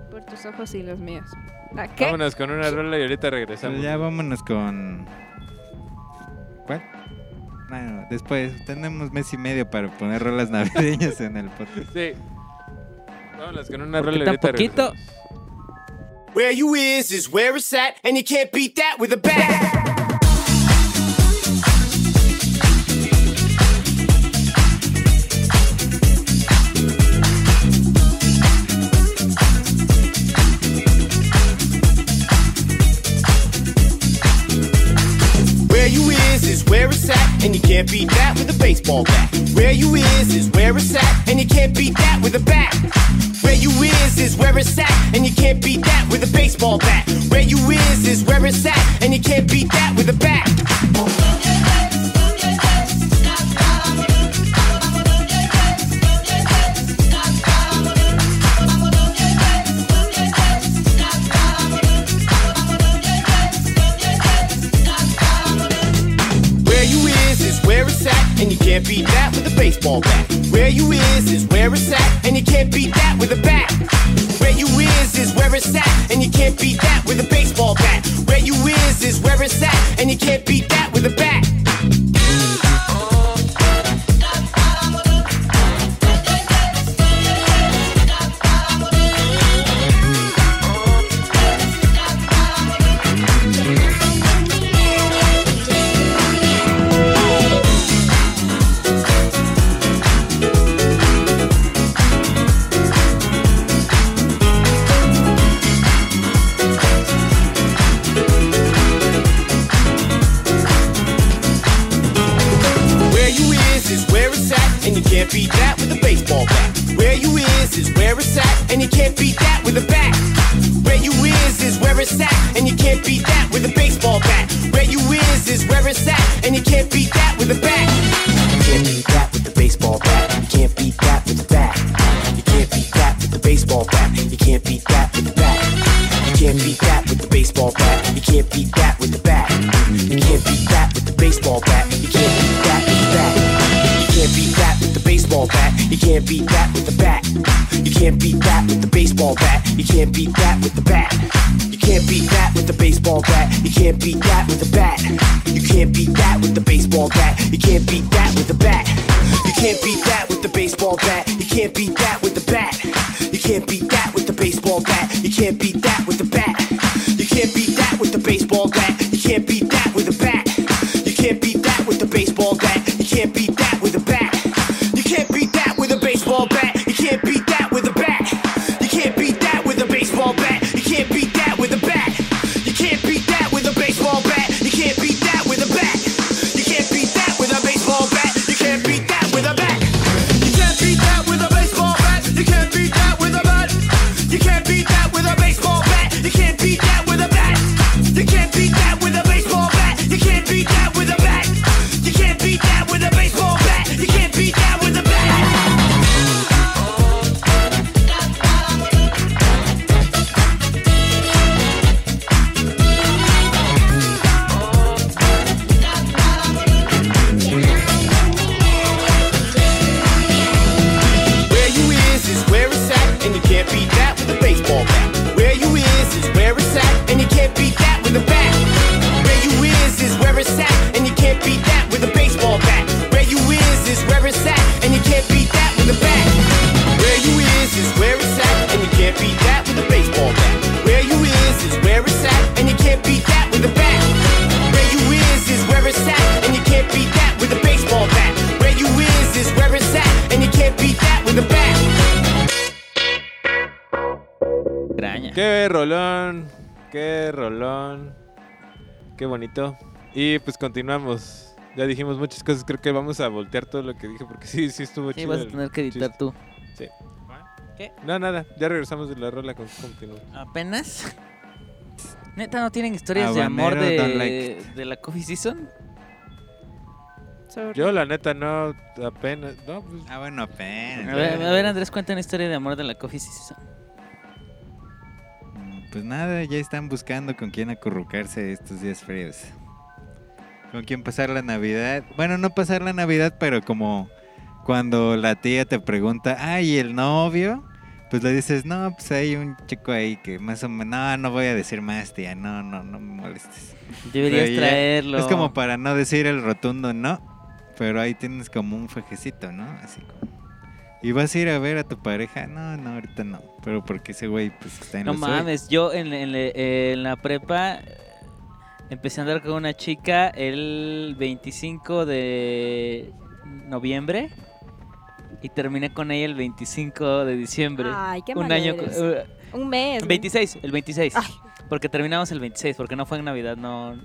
C: Por tus ojos y los míos. ¿A qué?
A: Vámonos con una rola y ahorita regresamos.
G: Pues ya vámonos con. ¿Cuál? Bueno, después tenemos mes y medio para poner rolas navideñas en el podcast.
A: Sí. Vámonos con una
B: Porque
A: rola y ahorita
B: tan poquito.
A: regresamos.
F: Where you is is where it's at, and you can't beat that with a bat. Where you is is where it's at, and you can't beat that with a baseball bat. Where you is is where it's at, and you can't beat that with a bat. Where you is is where it's at, and you can't beat that with a baseball bat. Where you is is where it's at, and you can't beat that with a bat. Where you is is where it's at, and you can't beat that with a baseball bat. Where you is is where it's at, and you can't beat that with a bat. Where you is is where it's at, and you can't beat that with a baseball bat. Where you is is where it's at, and you can't beat that with a bat. Where you is is where it's at, and you can't beat that with a baseball bat. Where you is is where it's at, and you can't beat that with a bat. Where you is is where it's at, and you can't beat that with a baseball bat. Where you is is where it's at, and you can't beat that with a bat. You can't beat that with a baseball bat. You can't beat that with a bat. You can't beat that with a baseball bat. You can't beat that with a bat. You can't beat that with the baseball bat. You can't beat that with the bat. You can't beat that with the baseball bat. You can't beat that with the bat. You can't can't beat that with the baseball bat. You can't beat that with the bat. You can't beat that with the baseball bat. You can't beat that with the bat. You can't beat that with the baseball bat. You can't beat that with the bat. You can't beat that with the baseball bat. You can't beat that with the bat. You can't beat that with the baseball bat. You can't beat that with the bat. You can't beat that with the baseball bat. You can't beat that with the bat. You can't beat that with the baseball bat. You can't beat that with a bat. You can't beat that with the baseball bat. You can't beat that with a bat. You can't beat that with a baseball bat. You can't beat that with a bat. You can't beat that with a baseball bat. You can't beat that with a bat. You can't beat that with a baseball bat. You can't beat that with a bat. You can't beat that with a baseball bat. You can't beat that with a bat. You can't beat that with a baseball bat. You can't beat that with a bat. You can't beat that with a baseball bat. You can't beat that with a bat. You can't beat that with a baseball bat. You can't beat that with a bat. You can't beat that with a baseball bat. You can't beat that with a bat. Where you is is where it's at, and you can't beat that with a baseball bat. Where you is is where it's at, and you can't beat that with a bat. Where you is is where it's at, and you can't beat that with a baseball bat. Where you is is where it's at, and you can't beat that with a bat. Where you is is where it's at, and you can't beat that with a baseball bat. Where you is is where it's at, and you can't beat that with a bat. Where you is is where it's at, and you can't beat that with a baseball bat. Where you is is where it's at, and you can't beat that with a bat.
B: Extraña.
A: Qué rolón, qué rolón, qué bonito. Y pues continuamos. Ya dijimos muchas cosas, creo que vamos a voltear todo lo que dije porque sí, sí estuvo
B: Sí,
A: chido
B: vas a
A: el
B: tener que editar
A: chiste.
B: tú.
A: No, nada, ya regresamos de la rola con continúa.
B: ¿Apenas? Neta, ¿no tienen
A: Ah,
B: historias de
G: Habanero,
B: amor de,
G: don't like it.
B: de la Coffee Season?
C: Sorry.
A: Yo la neta no, apenas, no, pues,
G: Ah, bueno, apenas.
B: A ver, a ver, Andrés, cuenta una historia de amor de la Coffee Season.
G: Mm, Pues nada, ya están buscando con quién acurrucarse estos días fríos. Con quién pasar la Navidad. Bueno, no pasar la Navidad, pero como cuando la tía te pregunta, ay, ¿y el novio? Pues le dices, no, pues hay un chico ahí que más o menos, no, no voy a decir más, tía, no, no, no me molestes.
B: Deberías
G: Pero ya-
B: traerlo.
G: Es como para no decir el rotundo no, pero ahí tienes como un fajecito, ¿no? Así como. Y vas a ir a ver a tu pareja, no, no, ahorita no, pero porque ese güey pues está en
B: No
G: lo suyo.
B: mames, yo en, en- en la prepa eh, empecé a andar con una chica el 25 de noviembre y terminé con ella el 25 de diciembre.
C: Ay, Ah, qué
B: Un
C: malo
B: año.
C: eres.
B: co- eh,
C: Un mes. güey.
B: 26, el 26.
C: Ay.
B: Porque terminamos el 26, porque no fue en Navidad, no.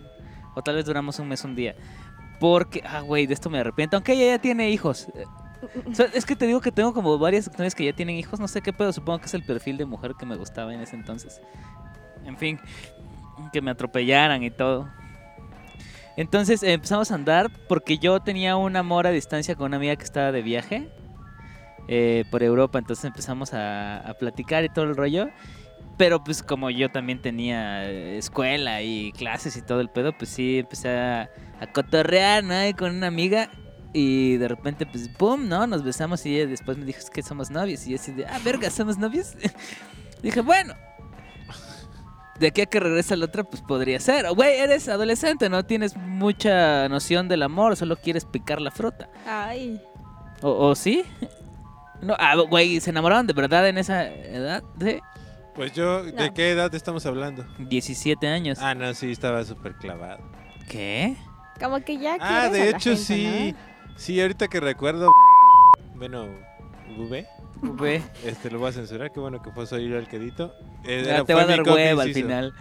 B: O tal vez duramos un mes, un día. Porque, ah, güey, de esto me arrepiento. Aunque ella ya tiene hijos. Eh, so- Es que te digo que tengo como varias actores que ya tienen hijos. No sé qué pedo, supongo que es el perfil de mujer que me gustaba en ese entonces. En fin, que me atropellaran y todo. Entonces eh, empezamos a andar porque yo tenía un amor a distancia con una amiga que estaba de viaje eh, por Europa. Entonces empezamos a, a platicar y todo el rollo. Pero pues como yo también tenía eh, escuela y clases y todo el pedo, pues sí empecé a, a cotorrear, ¿no? Y con una amiga y de repente pues boom, ¿no? Nos besamos y ella después me dijo es que somos novios y yo así de, ah, verga, somos novios. Dije, bueno. De aquí a que regresa la otra, pues podría ser. O, Güey, eres adolescente, no tienes mucha noción del amor, solo quieres picar la fruta.
C: Ay.
B: ¿O, o sí? No, ah, güey, se enamoraron de verdad en esa edad de
A: pues yo, ¿de
C: No.
A: qué edad estamos hablando?
B: 17 años.
A: Ah, no, sí, estaba súper clavado.
B: ¿Qué?
C: Como que ya
A: Ah,
C: quieres
A: de
C: a la
A: hecho
C: gente,
A: sí,
C: ¿no?
A: sí, ahorita que recuerdo, bueno, V,
B: Güey,
A: este lo voy a censurar, qué bueno que Eh, fue soy yo el quedito.
B: ya ah, te va a dar hueva al final.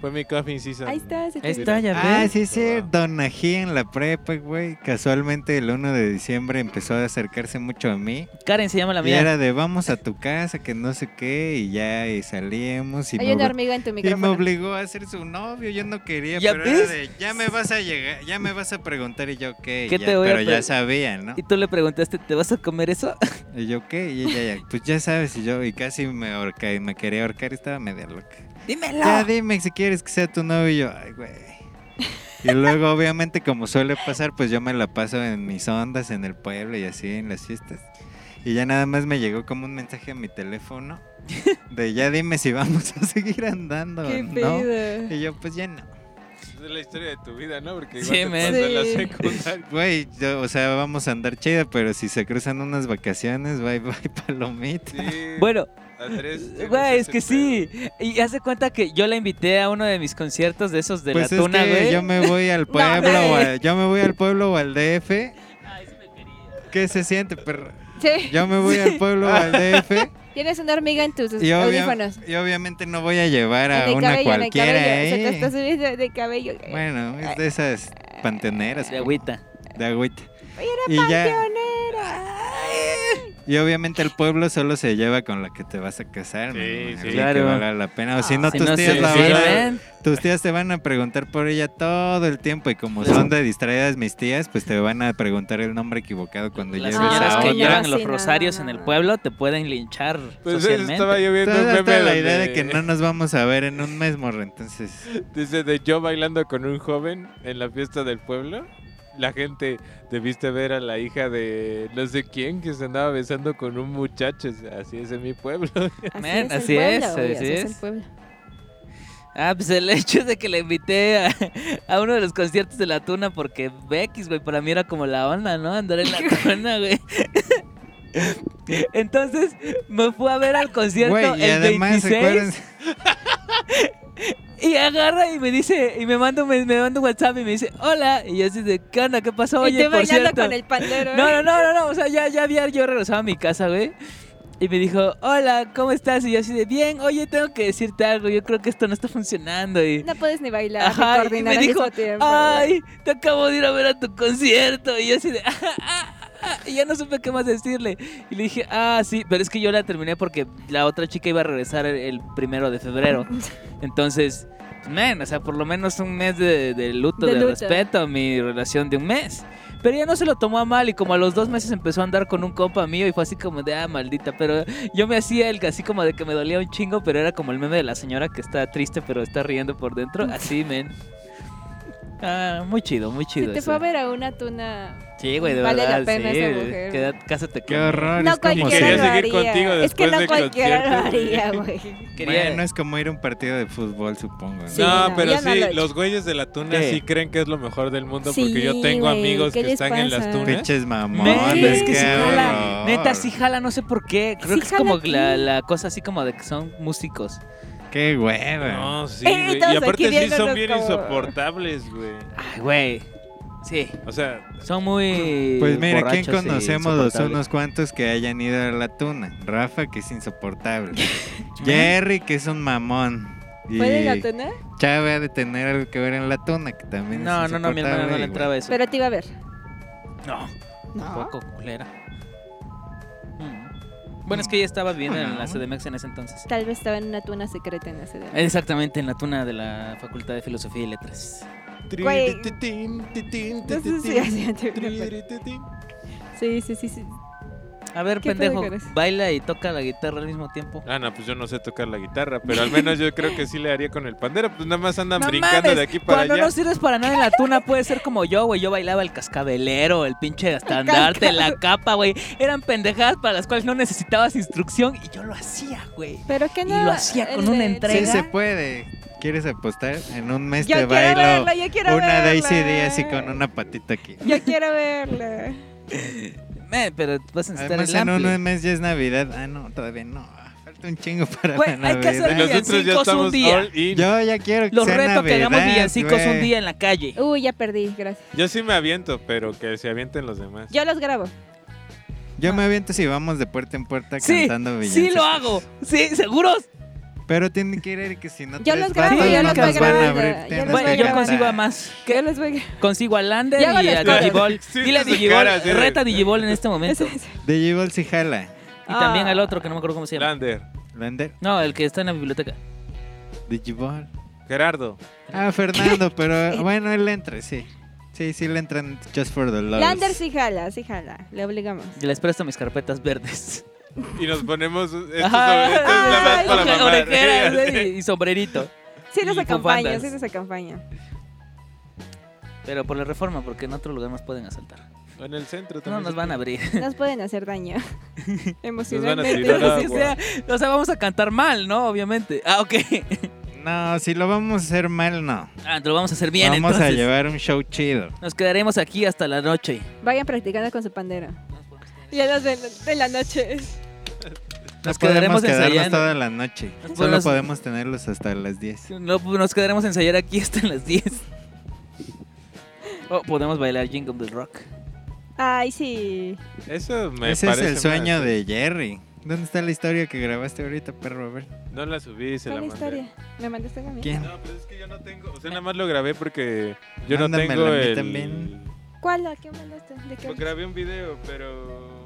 A: Fue mi coffee season.
C: Ahí está ese
B: Ahí
C: chiste.
B: está, ya
G: Ah,
B: ves.
G: sí, sí, Donají en la prepa, güey. Casualmente el 1 de diciembre empezó a acercarse mucho a mí.
B: Karen se llama la
G: y
B: mía.
G: era de vamos a tu casa, que no sé qué, y ya y salíamos. Y,
C: Hay
G: me,
C: una
G: obli-
C: hormiga en tu
G: y me
C: micrófono.
G: obligó a ser su novio, yo no quería,
B: ¿Ya
G: pero
B: ves?
G: era de ya me vas a llegar, ya me vas a preguntar, y yo, ok,
B: ¿Qué
G: ya,
B: te voy a
G: pero ya
B: pre-
G: sabía, ¿no?
B: Y tú le preguntaste, ¿te vas a comer eso?
G: Y yo, ok, y ella, ya, pues ya sabes, y yo, y casi me ahorca, y me quería ahorcar, estaba media loca.
B: ¡Dímelo!
G: Ya dime si quieres que sea tu novio, y yo, ay, güey. Y luego, obviamente, como suele pasar, pues yo me la paso en mis ondas, en el pueblo y así, en las fiestas. Y ya nada más me llegó como un mensaje a mi teléfono de ya dime si vamos a seguir andando.
C: Qué
G: ¿no?
C: pedo.
G: Y yo, pues ya no.
A: Es la historia de tu vida, ¿no? Porque
B: Sí,
A: igual te
B: man.
A: pasa en la
C: Sí.
A: secundaria.
G: Güey, yo- o sea, vamos a andar chida, pero si se cruzan unas vacaciones, bye bye, palomita.
A: Sí,
B: Bueno,
A: Andrés, tienes
B: güey, es
A: ese
B: que sí. Y hace cuenta que yo la invité a uno de mis conciertos de esos de
G: pues
B: la
G: es
B: tuna,
G: que
B: güey.
G: yo me voy al pueblo, o a- yo me voy al pueblo o al DF.
B: Ay, sí Ah, me quería.
G: ¿Qué se siente, perro?
C: Sí,
G: Yo me voy al pueblo o al DF.
C: tienes una hormiga en tus
G: Y, obvia-
C: audífonos.
G: y obviamente no voy a llevar
C: En
G: a
C: el cabello,
G: una
C: en el
G: cualquiera,
C: cabello. Se te
G: ¿eh?
C: está subiendo de cabello. eh.
G: Bueno, es de esas panteneras.
B: De
G: como-
B: agüita.
G: De agüita.
C: Oye,
G: Y ya,
C: Pionera.
G: y obviamente el pueblo solo se lleva con la que te vas a casar.
A: Sí,
G: mi
A: sí.
G: mujer, y Que
B: Claro. Ah.
G: vale la pena. O si no,
B: Si
G: tus
B: no
G: tías
B: se
G: la
A: sí,
G: van a-
A: claro.
B: sirven,
G: Tus tías te van a preguntar por ella todo el tiempo y como son de distraídas mis tías, pues te van a preguntar el nombre equivocado cuando
B: las
G: lleves
C: esa
B: señoras
G: a
B: que
G: otra.
C: onda.
B: llevan
C: Sí,
B: los
C: no,
B: rosarios
C: no,
B: en el
C: no.
B: pueblo te pueden linchar
A: Pues
B: socialmente.
A: estaba yo viendo un
G: Toda
A: meme
G: está la
A: donde
G: idea de que no nos vamos a ver en un mes, morro. Entonces,
A: dice de yo bailando con un joven en la fiesta del pueblo. La gente debiste ver a la hija de no sé quién que se andaba besando con un muchacho. O sea, Así es en mi pueblo.
B: Man,
C: el
B: así es,
C: pueblo, güey,
B: así
C: el
B: es.
C: pueblo.
B: Ah, pues el hecho de que la invité a, a uno de los conciertos de la tuna porque Bex, güey, para mí era como la onda, ¿no? Andar en la tuna, güey. Entonces me fue a ver al concierto
G: güey, y
B: el
G: además,
B: 26
G: acuérdense,
B: y agarra y me dice y me manda un me me manda un WhatsApp y me dice, "Hola." Y yo así de, "¿Qué onda? ¿Qué pasó?"
C: y
B: Oye,
C: estoy
B: por
C: bailando
B: cierto.
C: con el pandero. ¿eh?
B: No, no, no, no, no, o sea, ya, ya había yo regresado a mi casa, güey. Y me dijo, hola, ¿cómo estás? Y yo así de, bien, oye, tengo que decirte algo, yo creo que esto no está funcionando. Y,
C: No puedes ni bailar
B: Ajá,
C: ni
B: y
C: coordinar
B: me
C: al
B: dijo,
C: mismo tiempo. güey.
B: ay, te acabo de ir a ver a tu concierto. Y yo así de, ah, ah, ah, y ya no supe qué más decirle. Y le dije, ah, sí, pero es que yo la terminé porque la otra chica iba a regresar el, el primero de febrero. Entonces, men, o sea, por lo menos un mes de, de luto,
C: De
B: de,
C: luto.
B: respeto a mi relación de un mes. Pero ya no se lo tomó a mal y como a los dos meses empezó a andar con un compa mío y fue así como de, ah, maldita. Pero yo me hacía el así como de que me dolía un chingo, pero era como el meme de la señora que está triste pero está riendo por dentro. Así, men. Ah, muy chido, muy
C: Si
B: chido.
C: te
B: eso.
C: fue a ver a una tuna.
B: Sí, güey, de
C: Vale la
B: verdad.
C: pena
B: sí,
C: esa
B: güey.
C: mujer.
B: Queda- cásate con
G: qué horror.
C: No
G: es como
A: cualquiera
C: cualquiera
G: si-
C: lo
A: Quería seguir contigo
C: haría. Es que
A: después
C: no
A: del
C: cualquiera lo
A: concierto,
C: haría, güey.
B: Quería-
G: Bueno, es como ir a un partido de fútbol, supongo. ¿no?
C: Sí,
A: no,
C: no,
A: pero
C: yo no
A: sí,
C: lo he hecho.
A: los güeyes de la tuna
B: ¿Qué?
A: sí creen que es lo mejor del mundo
C: Sí,
A: porque yo tengo
C: güey,
A: amigos
C: ¿qué
A: que
C: les
A: están en las
C: pasa?
A: tunas.
G: Pinches
B: Ven,
G: mamones,
B: que
G: qué
B: sí jala.
G: horror.
B: Neta, sí jala, no sé por qué. Creo
C: Sí
B: que es como
C: jala
B: la,
C: aquí.
B: la cosa así como de que son músicos.
G: Qué hueva.
A: No, sí,
C: Eh,
A: güey.
C: todos
A: Y
C: aquí
A: aparte sí son
C: viéndonos
A: bien
C: como-
A: insoportables, güey.
B: Ay, güey. Sí,
A: O sea,
B: son muy.
G: Pues mira, ¿quién
B: borrachos e
G: conocemos los
B: insoportables.
G: unos cuantos que hayan ido a la tuna? Rafa, que es insoportable. Jerry, que es un mamón. Y
C: ¿Puedes la tuna?
G: Chava de tener algo que ver en la tuna, que también
B: No,
G: es
B: no, no, mi hermana no le entraba
G: insoportable
B: eso.
C: Pero te iba a ver.
B: No,
C: No.
B: poco culera. Mm. Bueno, es que ella estaba viviendo en la CDMX en ese entonces.
C: Tal vez estaba en una tuna secreta en ese
B: Eh,
C: día.
B: Exactamente, en la tuna de la Facultad de Filosofía y Letras.
C: Güey. No sé si hacían- Sí, sí, sí, sí.
B: A ver,
C: ¿Qué pedo
B: pendejo,
C: con eso?
B: baila y toca la guitarra al mismo tiempo.
A: Ah, no, pues yo no sé tocar la guitarra, pero al menos yo creo que sí le haría con el pandero. Pues nada más andan
B: No
A: brincando
B: mames,
A: de aquí para
B: Cuando
A: allá.
B: no sirves para nada en la tuna, puede ser como yo, güey. Yo bailaba el cascabelero, el pinche estandarte, la capa, güey. Eran pendejadas para las cuales no necesitabas instrucción y yo lo hacía, güey.
C: Pero que
B: Y
C: no.
B: lo hacía
C: el
B: con una
C: de-
B: entrega.
G: Sí se puede. ¿Quieres apostar? En un mes
C: Yo
G: te
C: quiero
G: bailo
C: verla, yo quiero
G: una
C: verla.
G: Daisy D así con una patita aquí.
C: Yo quiero verla.
B: Men, pero vas a necesitar
G: Además,
B: el
G: en
B: ampli.
G: un mes ya es Navidad. Ah, no, todavía no. Ah, Falta un chingo para
B: Güey,
G: la
B: hay que hacer
A: Y
G: Navidad.
A: nosotros ya
B: villancicos un
A: estamos
B: día.
A: all in. Yo,
G: Yo ya quiero que
B: Los
G: sea
B: retos que hagamos
G: Navidad,
B: villancicos un
G: güey.
B: día en la calle.
C: Uy, ya perdí, gracias.
A: sí me aviento, pero que se avienten los demás.
C: Yo los grabo. Ah.
G: Yo me aviento si vamos de puerta en puerta
B: Sí,
G: cantando
B: sí
G: villancicos.
B: lo hago. Sí, ¿seguros?
G: Pero tienen que ir que si no
C: Yo
G: tres
C: los grabo,
G: vatos
B: yo
G: no
B: los
G: nos
B: voy
G: van a
C: grabando,
G: abrir,
C: yo
G: tienes
C: los
B: Bueno,
C: voy
G: que
B: yo
C: grabando.
B: consigo a
G: cantar.
B: más.
C: Yo los voy a
B: Consigo a Lander
C: Ya hago
B: y
C: las
B: a
C: cosas.
B: Digibol.
A: Sí,
B: Dile a
A: esa
B: Digibol,
A: cara, sí.
B: reta a Digibol en este momento.
C: Ese- ese.
G: De Jibol si jala.
B: Y también
C: Ah.
B: al otro, que no me acuerdo cómo se llama.
A: Lander,
G: Lander,
B: No, el que está en la biblioteca.
G: de Jibol.
A: Gerardo.
G: Ah, Fernando, pero bueno, él le entra, sí. Sí, sí le entran Just for the Love.
C: Lander sí jala, sí jala. Le obligamos.
B: Y les presto mis carpetas verdes.
A: Y nos ponemos. Esto, sobre,
B: Ajá.
A: esto es nada más
C: Ay,
A: para
B: Oje-
A: mamar.
B: orejeras, ¿eh? y, y sombrerito.
C: Sí los
B: Y
C: acompaña,
B: bufandas.
C: sí los acompaña.
B: Pero por la reforma, porque en otro lugar nos pueden asaltar.
A: En el centro
B: No
A: también.
B: nos van a abrir.
C: Nos pueden hacer daño.
A: Sí,
C: Emocionalmente.
A: tirar no, a-
B: Sí, o, sea, o sea, vamos a cantar mal, ¿no? Obviamente. Ah, ok.
G: No, si lo vamos a hacer mal, no.
B: Ah, te lo vamos a hacer bien.
G: vamos
B: entonces.
G: a llevar un show chido.
B: Nos quedaremos aquí hasta la noche.
C: Vayan practicando con su pandero. Y a las de, de la noche.
B: Nos
G: podemos
B: quedaremos
G: quedarnos
B: ensayando.
G: toda la noche.
B: Nos
G: Solo
B: podemos-
G: podemos tenerlos hasta las 10.
B: No, pues, nos quedaremos a ensayar aquí hasta las 10. O Oh, podemos bailar Jingle Bell Rock.
C: Ay, sí.
A: Eso me
G: Ese es
A: parece
G: el sueño
A: más.
G: de Jerry. ¿Dónde está la historia que grabaste ahorita, perro? A ver,
A: No la subí, se la
C: ¿Cuál
A: mandé.
C: historia? ¿Me mandaste a mí?
G: ¿quién?
A: No, pues es que yo no tengo. O sea, nada más lo grabé porque yo no
G: Mándamela
A: tengo
G: a mí
A: el.
G: también.
C: ¿Cuál? ¿A quién mandaste? ¿De qué?
A: Pues grabé un video, pero.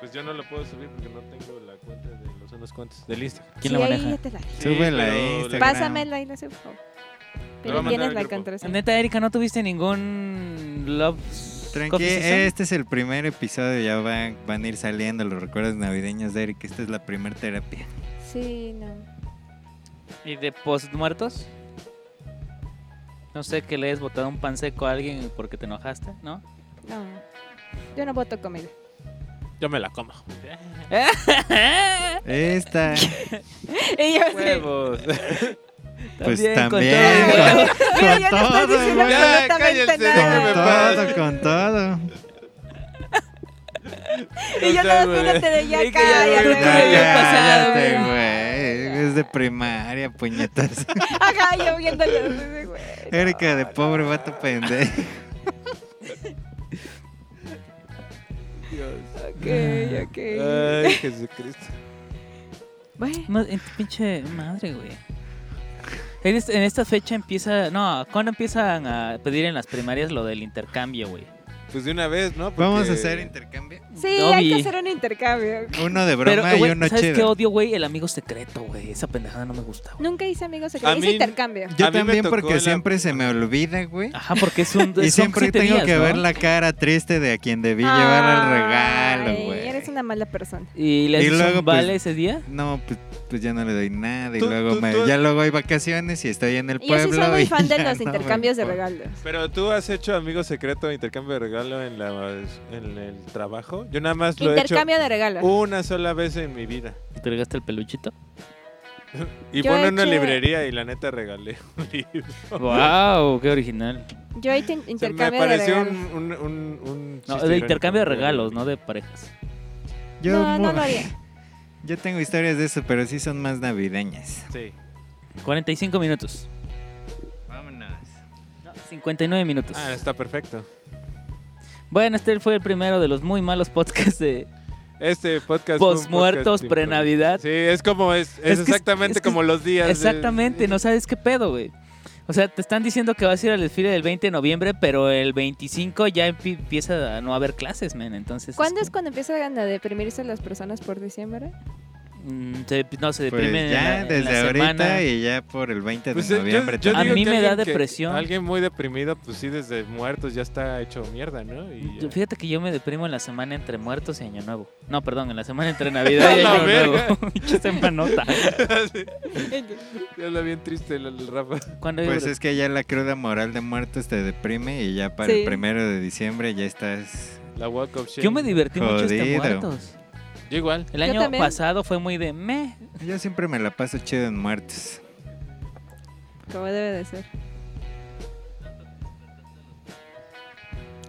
A: Pues yo no lo puedo subir porque no tengo la cuenta de los unos cuantos del Instagram.
B: ¿Quién
C: sí,
B: lo
C: ahí
B: maneja?
C: ya te la di.
A: Sí,
G: Súbela
A: pero
G: a
A: la-
G: Instagram.
C: Pásamela y no sé. por favor.
A: voy a
C: Pero
A: mandar
C: ¿quién
A: al
C: es la
A: grupo.
C: contraseña?
B: Neta, Erika, ¿no tuviste ningún Love
G: Tranqui,
B: Coffee Season?
G: este es el primer episodio, ya van, van a ir saliendo los recuerdos navideños de Eric. Esta es la primera terapia.
C: Sí, no.
B: ¿Y de postmuertos? No sé, que le hayas botado un pan seco a alguien porque te enojaste, ¿no?
C: No. Yo no voto comedia.
A: Yo me la como.
G: Esta,
C: Y yo así,
A: Huevos.
G: pues
B: También, con
G: también.
B: todo, güey.
C: Mira, ya no
G: Con
C: estás
G: todo,
C: diciendo
G: güey.
A: Ya,
C: absolutamente
A: cállense, déjenme en
C: nada.
A: paz.
G: Con todo, con todo.
C: Y yo
A: O sea,
C: no, espérate de ya,
B: güey.
C: cállate.
B: Dije, ya,
G: Ya,
B: Creo que me había pasado,
G: cállate,
C: güey.
G: güey. Es de primaria, puñetas.
C: Ajá, yo viéndolo. así, güey, no.
G: Erika, de pobre vato pendejo.
C: Ok, ok.
A: Ay, Jesucristo.
C: Bueno,
B: No, en tu pinche madre, güey. En, este- en esta fecha empieza. No, ¿cuándo empiezan a pedir en las primarias lo del intercambio, güey?
A: Pues de una vez, ¿no? Porque-
G: Vamos a hacer intercambio.
C: sí,
B: Dobby.
C: hay que hacer un intercambio.
G: Uno de
B: Pero,
G: broma
B: güey,
G: y uno
B: ¿sabes qué
G: chido.
B: odio, güey? El amigo secreto, güey. Esa pendejada no me gusta, güey.
C: Nunca hice amigos
A: A
C: secretos. Hice
A: mí-
C: intercambio.
A: A
G: Yo
A: mí me
G: también
A: tocó
G: porque
A: la-
G: siempre se me olvida, güey.
B: Ajá, porque es un. son
G: Y siempre
B: siete
G: tengo
B: días,
G: que
B: ¿no?
G: ver la cara triste de a quien debí llevar el regalo,
C: Ay,
G: güey.
C: Eres una mala persona.
B: Y le
G: Y
B: haces un
G: luego, pues,
B: vale ese día.
G: No, pues, pues ya no le doy nada y
A: Tú-
G: luego
A: tú-
G: me-
A: tú-
G: ya luego hay vacaciones y estoy en el
C: Y yo
G: pueblo.
C: sí soy muy
G: y
C: fan de
G: ya
C: los
G: no me
C: intercambios de
G: importa.
C: regalos.
A: Pero tú has hecho amigo secreto, intercambio de regalo en, la, en el trabajo. Yo nada más lo he hecho
C: Intercambio de regalos.
A: una sola vez en mi vida.
B: ¿Te entregaste el peluchito?
A: Y
C: Yo
A: pone
C: he
A: una
C: hecho-
A: librería y la neta regalé un libro.
B: ¡Wow! ¡Qué original!
C: Yo he hecho
A: O sea, me
C: intercambio de
A: pareció un,
C: regalos.
A: un, un- un
B: No,
A: chiste
B: de
A: irónico.
B: intercambio de regalos, no de parejas.
G: Yo,
C: No, no
G: mu-
C: lo haría.
G: yo tengo historias de eso, pero sí son más navideñas.
A: Sí.
B: 45 minutos.
G: Vámonos.
B: No, 59 minutos.
A: Ah, está perfecto.
B: Bueno, este fue el primero de los muy malos podcasts de
A: Este podcast. fue un
B: Postmuertos
A: podcast
B: pre-Navidad.
A: Sí, es como, es, es,
B: Es que es-
A: exactamente
B: es que-
A: como los días. de-
B: Exactamente, no sabes qué pedo, güey. O sea, te están diciendo que vas a ir al desfile del 20 de noviembre, pero el 25 ya empi- empieza a no haber clases, men. Entonces.
C: ¿Cuándo es
B: como-
C: cuando empiezan a deprimirse las personas por diciembre?
B: Mm, se- no, se
G: Pues
B: deprimen en
G: ya
B: la- en la
G: desde ahorita
B: semana.
G: y ya por el 20
A: Pues,
G: de
A: eh, yo-
G: noviembre.
A: yo
B: A
A: digo
B: mí
A: que
B: me da
A: alguien que-
B: depresión.
A: alguien muy deprimido, pues sí, desde muertos ya está hecho mierda, ¿no? Y ya.
B: Fíjate que yo me deprimo en la semana entre muertos y Año Nuevo. No, perdón, en la semana entre Navidad y
A: La
B: Año Nuevo.
A: verga.
B: Pinche semanota.
A: Sí,
C: Yo
A: ya la bien triste, la, la Rafa.
B: ¿Cuándo
G: Pues
B: yo-
G: es que ya la cruda moral de muertos te deprime y ya para el
C: Sí.
G: primero de diciembre ya estás.
A: La Walk of Shame.
B: Yo me divertí mucho este
G: Jodido.
B: muertos.
A: Yo igual.
B: El
C: Yo
B: año
C: también.
B: pasado fue muy de meh.
G: Yo siempre me la paso chido en muertos.
C: Como debe de ser.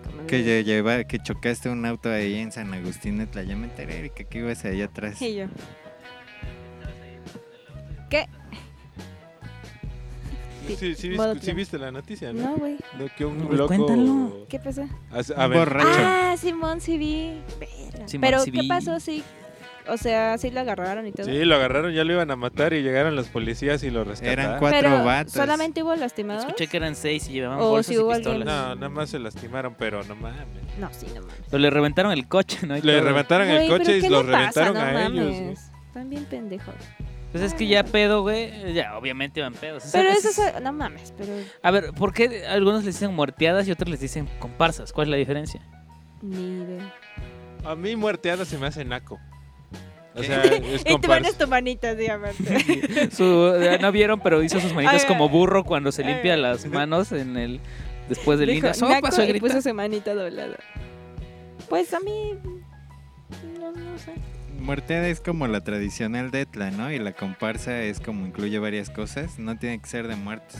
C: Como
G: Que,
C: debe
G: lle- lleva, que chocaste un auto ahí en San Agustín de Tlayamenter, Erika, que ibas ahí atrás.
C: de- Y yo. ¿Qué? Sí,
A: Sí, sí,
C: modo
A: vis- sí
C: plan.
A: viste la noticia, ¿no?
C: No, güey.
A: De que un
B: Pues
A: loco.
B: cuéntalo.
C: ¿Qué pasó?
A: hace-
G: Un
A: aven-
G: borracho.
C: Ah, Simón sí vi. Verga.
B: Simón
C: Pero
B: sí
C: ¿qué
B: vi.
C: pasó? Sí. O sea, sí lo agarraron y todo.
A: Sí, lo agarraron, ya lo iban a matar y llegaron los policías y lo rescataron.
G: Eran cuatro
C: Pero
G: vatos.
C: solamente hubo lastimados.
B: Escuché que eran seis y llevaban
C: O
B: bolsas
C: si
B: y
C: hubo
B: pistolas.
C: alguien-
A: No, nada más se lastimaron, pero no mames.
C: No, sí, no mames.
B: Pero le reventaron el coche, ¿no? Y
A: Le
B: todo.
A: reventaron el
C: Güey, ¿pero
A: coche y
C: qué
A: lo
C: le pasa?
A: reventaron
C: No
A: a ellos. güey.
C: mames. Están bien pendejos.
B: Pues es que ya pedo, güey. Ya, obviamente van pedos. O sea,
C: Pero
B: ese
C: eso
B: es-
C: es- No mames, pero
B: A ver, ¿por qué algunos les dicen muerteadas y otros les dicen comparsas? ¿Cuál es la diferencia?
C: ni idea.
A: A mí muerteada se me hace naco. O
G: ¿Qué?
A: sea, es
C: Y te pones
A: comparsa.
C: tu manita, sí, aparte.
B: Su- no vieron, pero hizo sus manitas
C: Ay,
B: como burro cuando se
C: ay.
B: limpia las manos en el Después del
C: Dijo,
B: Inda, sopa,
C: naco, y pues
B: suegrita.
C: puso su manita doblada. Pues a mí. No, no sé.
G: Muerteada es como la tradicional de Etla, ¿no? Y la comparsa es como incluye varias cosas. No tiene que ser de muertos.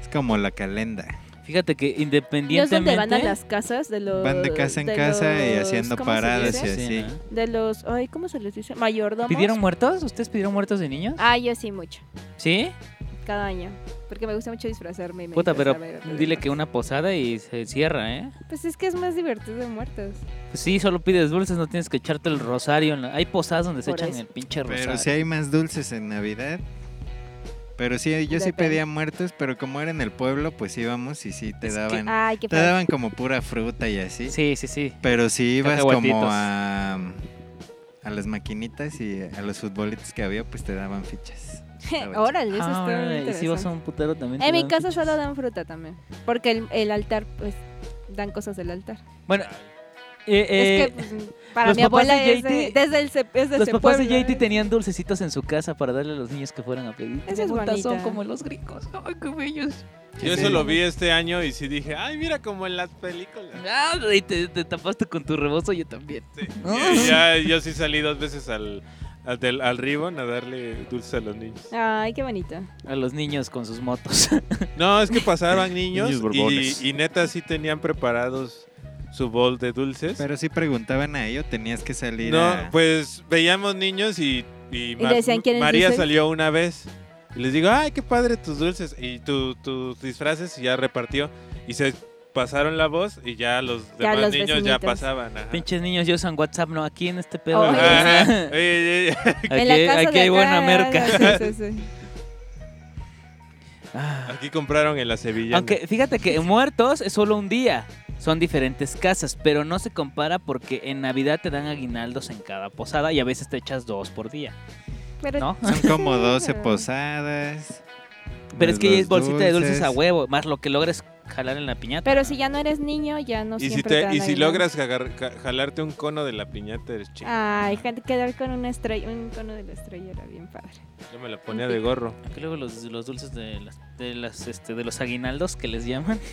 G: Es como la calenda.
B: Fíjate que
C: Yo es donde
B: independientemente...
C: van a las casas de los.
G: Van de casa en
C: de
G: casa y
C: los-
G: haciendo
C: ¿cómo se
G: paradas
C: dice?
G: y así.
B: Ah, Sí, ¿no?
C: De los. Ay, ¿cómo se les dice? Mayordomos.
B: ¿Pidieron muertos? ¿Ustedes pidieron muertos de niños?
C: Ah, yo sí, mucho.
B: ¿Sí?
C: Cada año. Porque me gusta mucho disfrazarme. y me
B: Puta, pero
C: disfrazaba, pero-
B: dile que una posada y se cierra, ¿eh?
C: Pues es que es más divertido de muertos.
B: Pues sí, solo pides dulces, no tienes que echarte el rosario. en la- Hay posadas donde se
C: Por
B: echan
C: eso.
B: el pinche rosario.
G: Pero si hay más dulces en Navidad. Pero sí, yo sí
C: Depende.
G: pedía muertos, pero como era en el pueblo, pues íbamos y sí te
B: Es que-
G: daban.
C: Ay, qué
G: Te daban como pura fruta y así.
B: Sí, sí, sí.
G: Pero si ibas
B: Cacahuatitos.
G: como a, a las maquinitas y a los futbolitos que había, pues te daban fichas. Estaba chido.
C: Órale, eso está
B: Ah,
C: muy
B: órale, y si vas
C: interesante.
B: a un putero también. te
C: En mi
B: dan
C: casa
B: pinches.
C: solo dan fruta también. Porque el, el altar, pues, dan cosas del altar.
B: Bueno, eh, eh,
C: es que pues, para
B: los
C: mi
B: papás de
C: abuela es de-
B: JT
C: desde el se- es desde
B: los
C: ese
B: papás de
C: pueblo,
B: JT
C: ¿eh?
B: tenían dulcecitos en su casa para darle a los niños que fueran a pedir.
C: Eso
B: Tenían
C: es
B: un tazón
C: bonita.
B: como los gringos. Ay, qué bellos.
A: Yo
G: Sí.
A: eso lo vi este año y sí dije, ay, mira como en las películas.
B: Ah, y te, te tapaste con tu rebozo, yo también.
A: Sí.
B: Ah.
A: Y Ya, yo sí salí dos veces al, al, del- al Ribbon a darle dulces a los niños.
C: Ay, qué bonito.
B: A los niños con sus motos.
A: No, es que pasaban niños,
H: Niños borbones.
A: y, y neta sí tenían preparados su bol de dulces.
G: Pero sí preguntaban a ello, tenías que salir
A: No,
G: a...
A: pues veíamos niños y, y, Ma-
C: decían, "¿Quieren
A: María
C: dulces?"
A: salió una vez. Y les digo, ay, qué padre tus dulces y tu- tus disfraces y ya repartió. Y se pasaron la voz y ya los
C: Ya
A: demás
C: los
A: niños ya
C: vecinitos.
A: pasaban. ajá.
B: Pinches niños, yo usan WhatsApp, no, aquí en este pedo.
C: Oye.
A: Ajá, ajá. Oye, oye, oye,
B: Aquí,
C: en la casa
B: aquí
C: de
B: hay
C: acá,
B: buena merca.
C: Sí, sí, sí.
B: Ah.
A: Aquí compraron en la Sevilla.
B: Aunque fíjate que muertos es solo un día. Son diferentes casas, pero no se compara porque en Navidad te dan aguinaldos en cada posada y a veces te echas dos por día,
C: Pero,
B: ¿no?
G: Son como 12
C: Pero-
G: posadas.
B: pues, Pero es que es
G: los
B: bolsita de dulces a huevo, más lo que logres jalar en la piñata.
C: pero si ya no eres niño, ya no
A: y si,
C: siempre
A: te-
C: te dan
A: y si
C: aguinaldo.
A: logras jagar- ca- jalarte un cono de la piñata, eres chido.
C: Ay, gente, quedar con una estrella, un cono de la estrella era bien padre.
A: Yo me la ponía de gorro.
B: Aunque luego los, los dulces de, las, de, las, este, de los aguinaldos que les llaman,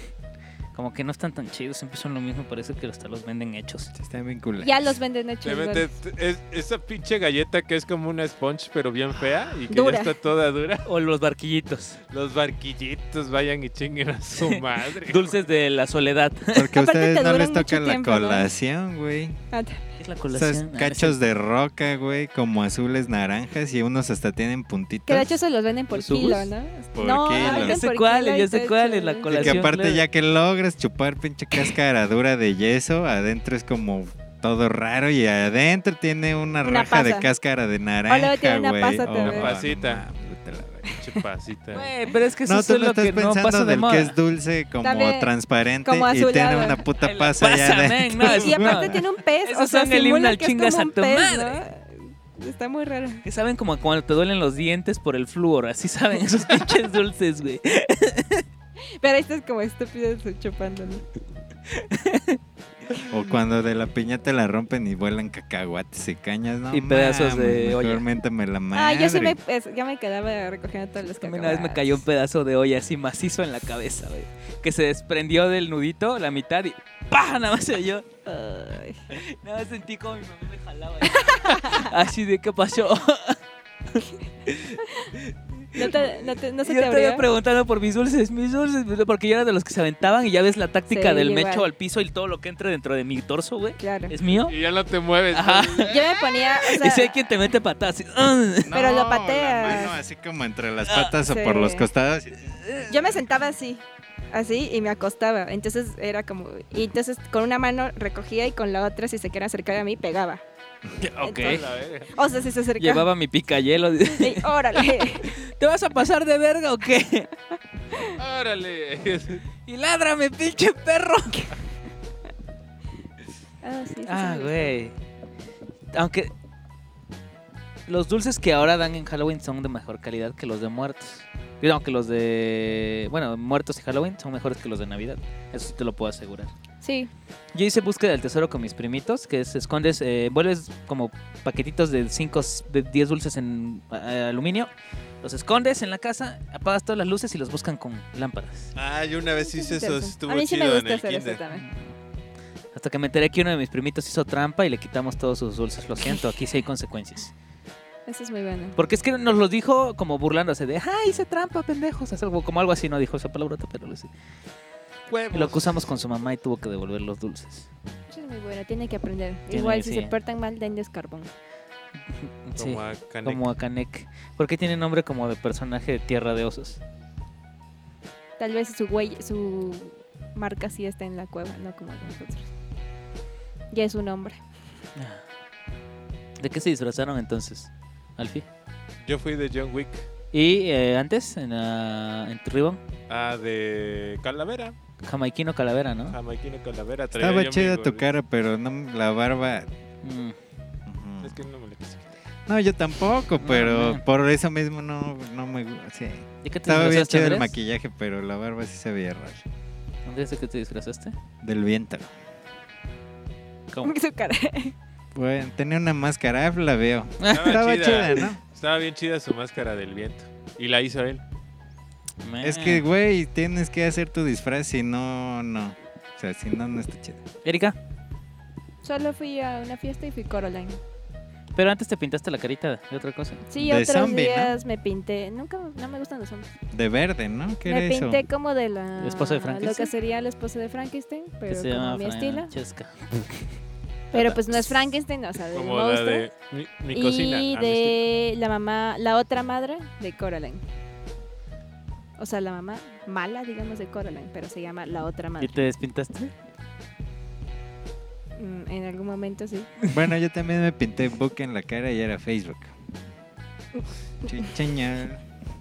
B: como que no están tan chidos, siempre son lo mismo, parece que hasta los venden hechos.
G: Están bien culeras.
C: Ya los venden hechos.
A: Te
C: gordos.
A: metes- es- esa pinche galleta que es como una sponge pero bien fea y que
C: Dura.
A: ya está toda dura.
B: O los barquillitos,
A: Los barquillitos vayan y chinguen a su madre.
B: dulces de la soledad.
G: Porque a
C: Aparte te
G: ustedes no
C: duran
G: les
C: mucho
G: toca la
C: tiempo, ¿no?
G: colación, güey.
C: Ah, t-
B: Es la
G: Esos
B: colación. Ah,
G: cachos de roca, güey, como azules, naranjas y unos hasta tienen puntitos.
C: que de hecho se los venden por
B: ¿Los ubus?
C: kilo, ¿no?
G: Por
C: no,
G: kilo.
C: venden
G: Ya
B: sé
C: por
B: cuál,
C: kilo y
B: ya sé
C: te
B: cuál es
C: echan-
B: la
G: Y que
B: colación.
G: aparte
B: claro.
G: ya que logras chupar pinche cáscara dura de yeso, adentro es como todo raro y adentro tiene una,
C: Una
G: raja de
C: pasa.
G: naranja, de naranja,
C: tiene una
G: güey. Oh,
C: pasa también.
A: Una pasita.
G: no mames, vete a la verga.
A: Pinche pasita.
B: Güey, pero es que eso
G: No,
B: es
G: tú
B: lo
G: no estás
B: que no
G: pensando
B: pasa de
G: del
B: moda.
G: que es dulce, como
C: También,
G: transparente
C: como
G: y tiene
C: azulado.
G: una puta
B: Ay, la
G: pasa
B: pasa,
G: allá
B: men,
G: adentro.
B: no, es-
C: Y aparte
B: No.
C: tiene un pez,
B: Esos
C: o sea,
B: son el himno
C: simula
B: al
C: que
B: chingas
C: es
B: a
C: como un
B: tu
C: pez, ¿no? Está muy raro.
B: Que saben como cuando te duelen los dientes por el flúor, así saben esos pinches dulces, güey.
C: Pero estás como estúpido chupándolo.
G: O cuando de la piñata la rompen y vuelan cacahuates y cañas, ¿no?
B: Y pedazos de
G: mames,
B: olla.
G: mejor méntame la mano.
C: Ah, yo sí me, es- ya me quedaba recogiendo todos los
B: A mí
C: cacahuates.
B: una vez me cayó un pedazo de olla así macizo en la cabeza, güey. Que se desprendió del nudito, la mitad, y ¡pah! Nada más se oyó.
C: Ay.
B: Nada más sentí como mi mamá me jalaba. güey. Así de, ¿qué pasó?
C: No, te, no, te- no se
B: yo
C: te
B: estaba
C: abrió.
B: preguntando por mis dulces, mis dulces, mis dulces, porque yo era de los que se aventaban y ya ves la táctica
C: Sí,
B: del
C: yo
B: mecho
C: igual.
B: al piso y todo lo que entre dentro de mi torso, güey.
C: Claro.
B: ¿Es mío?
A: Y ya no te mueves.
B: Ajá.
C: Yo me ponía, o sea,
B: y si hay quien te mete patadas. así, ¡ah!
C: pero lo
G: la
C: pateas. Ah,
G: mano así como entre las patas
C: sí.
G: o por los costados.
C: yo me sentaba así, así, y me acostaba. Entonces era como, y entonces con una mano recogía y con la otra, si se quería acercar a mí, pegaba.
B: Ok.
C: Entonces, O sea, si se acercaba.
B: Llevaba mi picayelo.
C: Y, órale.
B: ¿Te vas a pasar de verga o qué?
A: Órale.
B: Y ládrame, pinche perro.
C: Ah, sí, sí,
B: Ah,
C: sí.
B: güey. Aunque los dulces que ahora dan en Halloween son de mejor calidad que los de muertos. Digo, Aunque los de. Bueno, muertos y Halloween son mejores que los de Navidad. Eso sí te lo puedo asegurar.
C: Sí.
B: Yo hice búsqueda del tesoro con mis primitos, que es escondes, eh, vuelves como paquetitos de 5, 10 dulces en eh, aluminio, los escondes en la casa, apagas todas las luces y los buscan con lámparas.
A: Ah, yo una vez hice eso, estuvo
C: A mí sí me
A: chido en
C: gusta
A: el
C: hacer eso
A: kinder.
C: también.
B: Hasta que me enteré que uno de mis primitos hizo trampa y le quitamos todos sus dulces. Lo siento, aquí sí hay consecuencias.
C: Eso es muy bueno.
B: Porque es que nos lo dijo como burlándose de, ah, hice trampa, pendejos. Es algo, como algo así, no dijo esa palabrota, pero lo hice. Y lo acusamos con su mamá y tuvo que devolver los dulces.
C: Eso es muy bueno, tiene que aprender.
B: Tiene
C: Igual
B: que
C: si
B: sí.
C: se portan mal, denles carbón.
B: Sí,
A: Como a Canek.
B: como a Kanek. Porque tiene nombre como de personaje de Tierra de Osos.
C: Tal vez su güey, su marca sí está en la cueva, no como nosotros. Ya es un hombre.
B: ¿De qué se disfrazaron entonces, Alfie?
A: Yo fui de John Wick.
B: Y eh, antes, en, la- en tu ribbon,
A: Ah, de Calavera.
B: jamaiquino calavera, ¿no?
G: Ah.
A: Jamaiquino Calavera. traía
G: Estaba
A: yo mi
G: chida tu
A: gorrito.
G: cara, pero no, la barba.
B: Mm.
G: ujú.
A: Es que no me la quise quitar.
G: No, yo tampoco, pero
B: man.
G: por eso mismo no, no me gusta. Sí.
B: ¿De qué te
G: Estaba bien
B: disfrazaste,
G: chido el
B: Andrés?
G: maquillaje, pero la barba sí se veía rara.
B: Andrés, ¿de qué te disfrazaste?
G: Del vientre.
B: ¿Cómo?
C: Su cara.
G: Bueno, tenía una máscara, ah, la veo.
A: Estaba
G: Estaba
A: chida.
G: chida, ¿no?
A: Estaba bien chida su máscara del viento. Y la hizo él.
G: Es que, güey, tienes que hacer tu disfraz, si no, no. O sea, si no, no está chido.
B: Erika,
C: Solo fui a una fiesta y fui Coraline.
B: pero antes te pintaste la carita de otra cosa.
C: Sí,
G: De
C: otros
G: zombie, ¿no?
C: días me pinté. Nunca, no me gustan los zombies.
G: De verde, ¿no? ¿Qué
C: Me
G: era eso?
C: pinté como de la.
B: ¿El esposo de Frankenstein?
C: Lo que sería la esposa de Frankenstein,
B: Que
C: pero
B: se
C: como a
B: llama
C: mi estilo.
B: Francesca.
C: Pero pues no es Frankenstein, o sea, del
A: Como la
C: monstruo.
A: de mi, mi cocina.
C: y
A: a mi estilo.
C: de la mamá, la otra madre de Coraline. O sea, la mamá mala, digamos, de Coraline, pero se llama la otra
B: ¿Y
C: madre.
B: te despintaste?
C: Mm, en algún momento sí.
G: Bueno, yo también me pinté book en la cara y era Facebook. Chicheña.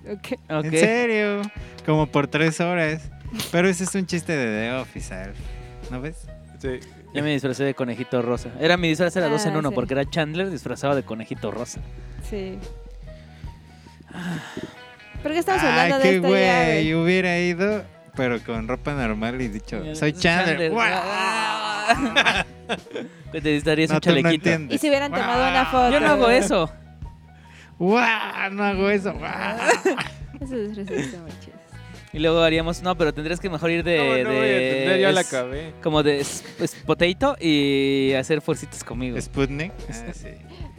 C: Ok.
B: Ok.
G: ¿En serio? Como por tres horas. Pero ese es un chiste de The Office, Alf. ¿No ves?
A: Sí.
B: Yo me disfracé de conejito rosa. Era mi disfraz, era dos en
C: Ah,
B: uno,
C: sí.
B: porque era Chandler disfrazado de conejito rosa.
C: Sí. ¿Pero qué estamos
G: Ay,
C: hablando de
G: Ah, qué
C: esto ya?
G: güey. Hubiera ido, pero con ropa normal y dicho, soy Chandler.
B: Ah. Pues te necesitarías
G: No,
B: un
G: tú no
B: chalequito.
G: entiendes.
C: Y si hubieran
G: Guau.
C: tomado una foto.
B: Yo no hago eso.
G: ¡Guau! No hago eso. guau.
B: Ah,
C: Eso es racista, muy chido.
B: Y luego haríamos, no, pero tendrías que mejor ir de.
A: No, no
B: Eh, de-
A: voy a entender, ya la
B: es-
A: acabé.
B: Como de es- es potato y hacer fuercitas conmigo.
G: Sputnik. Ah, sí.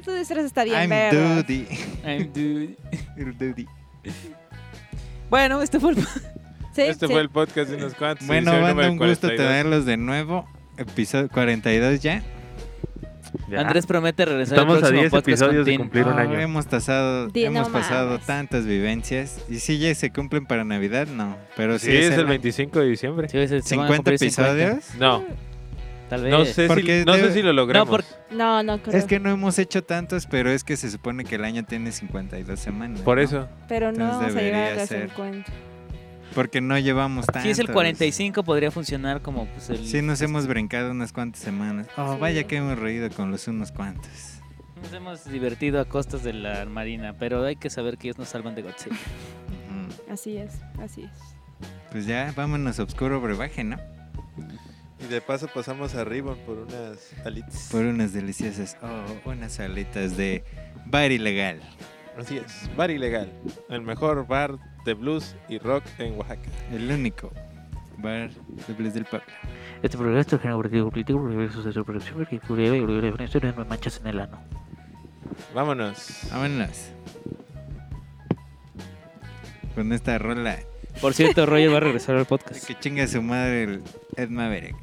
C: Tú disfraz estaría
G: I'm
C: en verga.
G: Dudy.
B: I'm dude.
G: El Dudy.
B: Bueno, este fue el
C: Sí,
A: este
C: sí.
A: fue el podcast de unos cuantos.
G: Bueno,
A: edición
G: banda,
A: número
G: un gusto
A: 42.
G: tenerlos de nuevo. Episodio 42 ya.
H: Ya.
B: Andrés promete regresar
H: Estamos
B: al
H: a
B: próximo
H: 10
B: podcast
H: episodios de
B: con Tin.
H: cumplir un
G: No,
H: año.
G: Hemos, tasado,
C: Di-
G: hemos
C: no
G: pasado
C: mames.
G: tantas vivencias. Y si ya se cumplen para Navidad, no. Pero si
A: Sí, es
G: el
A: el 25 de diciembre.
B: Sí, se- se van a
G: 50
B: cumplir 50,
G: episodios.
A: No,
B: Tal vez.
A: no sé,
G: Porque
A: si, no
G: debe-
A: sé si lo logramos.
B: No,
C: No, no creo.
G: Es que no hemos hecho tantos, pero es que se supone que el año tiene 52 semanas.
A: Por
G: ¿no?
A: eso.
C: Pero no
G: Entonces
C: vamos a llegar a
G: debería
C: los
G: ser.
C: 50.
G: Porque no llevamos tantos.
B: Si es el 45 podría funcionar como pues el...
G: Sí, nos hemos brincado unas cuantas semanas. Oh,
C: Sí.
G: vaya que hemos reído con los unos cuantos.
B: Nos hemos divertido a costas de la marina, pero hay que saber que ellos nos salvan de Godzilla.
G: Ujú.
C: Así es, así es.
G: Pues ya, vámonos a Obscuro Brebaje, ¿no?
A: Y de paso pasamos a Ribbon por unas alitas.
G: Por unas deliciosas, oh, unas alitas de bar ilegal.
A: Así es, Bar Ilegal, el mejor bar de blues y rock en Oaxaca.
G: El único bar de Blues del Pueblo.
I: Este programa está generado por el político, por diversos de su producción, porque incluye y incluye referencias de manchas en el ano.
A: Vámonos.
G: Ah. Vámonos. Con esta rola.
B: Por cierto, Roger va a regresar al podcast.
G: Que chinga su madre el Ed Maverick.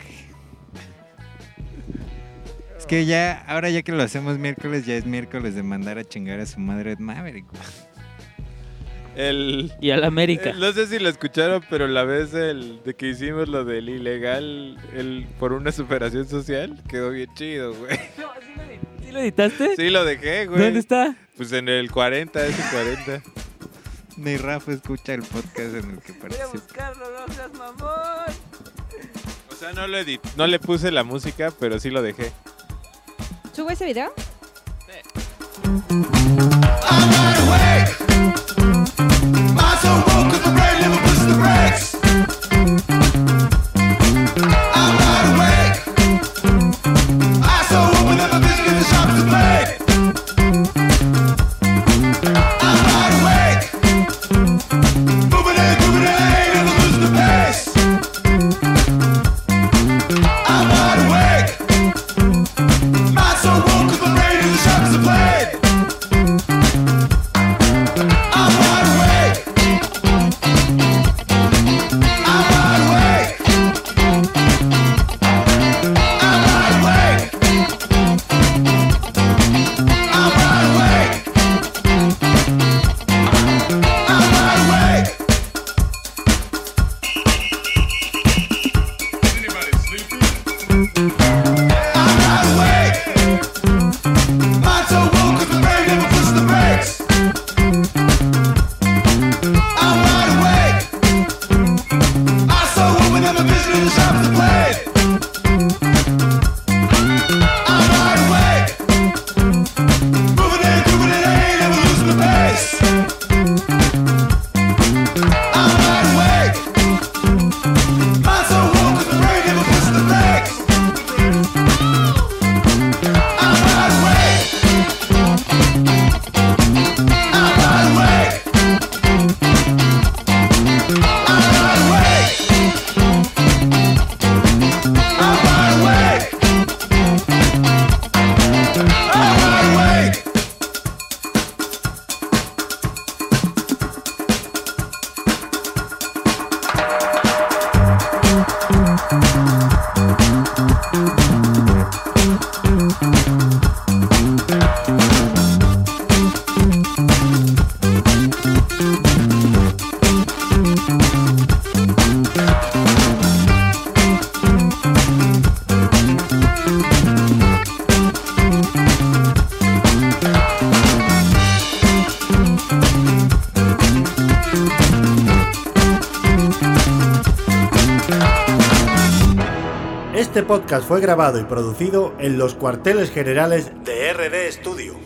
G: Es que ya, ahora ya que lo hacemos miércoles, ya es miércoles de mandar a chingar a su madre Ed Maverick.
A: El,
B: Y al América.
A: eh, no sé si lo escucharon, pero la vez del- de que hicimos lo del ilegal el, por una superación social, quedó bien chido, güey.
B: ¿Sí lo editaste?
A: Sí, lo dejé, güey.
B: ¿Dónde está?
A: Pues en el 40, ese 40.
G: Ni Rafa escucha el podcast en el que participa.
B: buscarlo, no seas mamón.
A: O sea, no, lo edit, no le puse la música, pero sí lo dejé.
C: ¿Subo ese video?
F: I'm wide awake.
E: Este podcast fue grabado y producido en los cuarteles generales de RD Studio.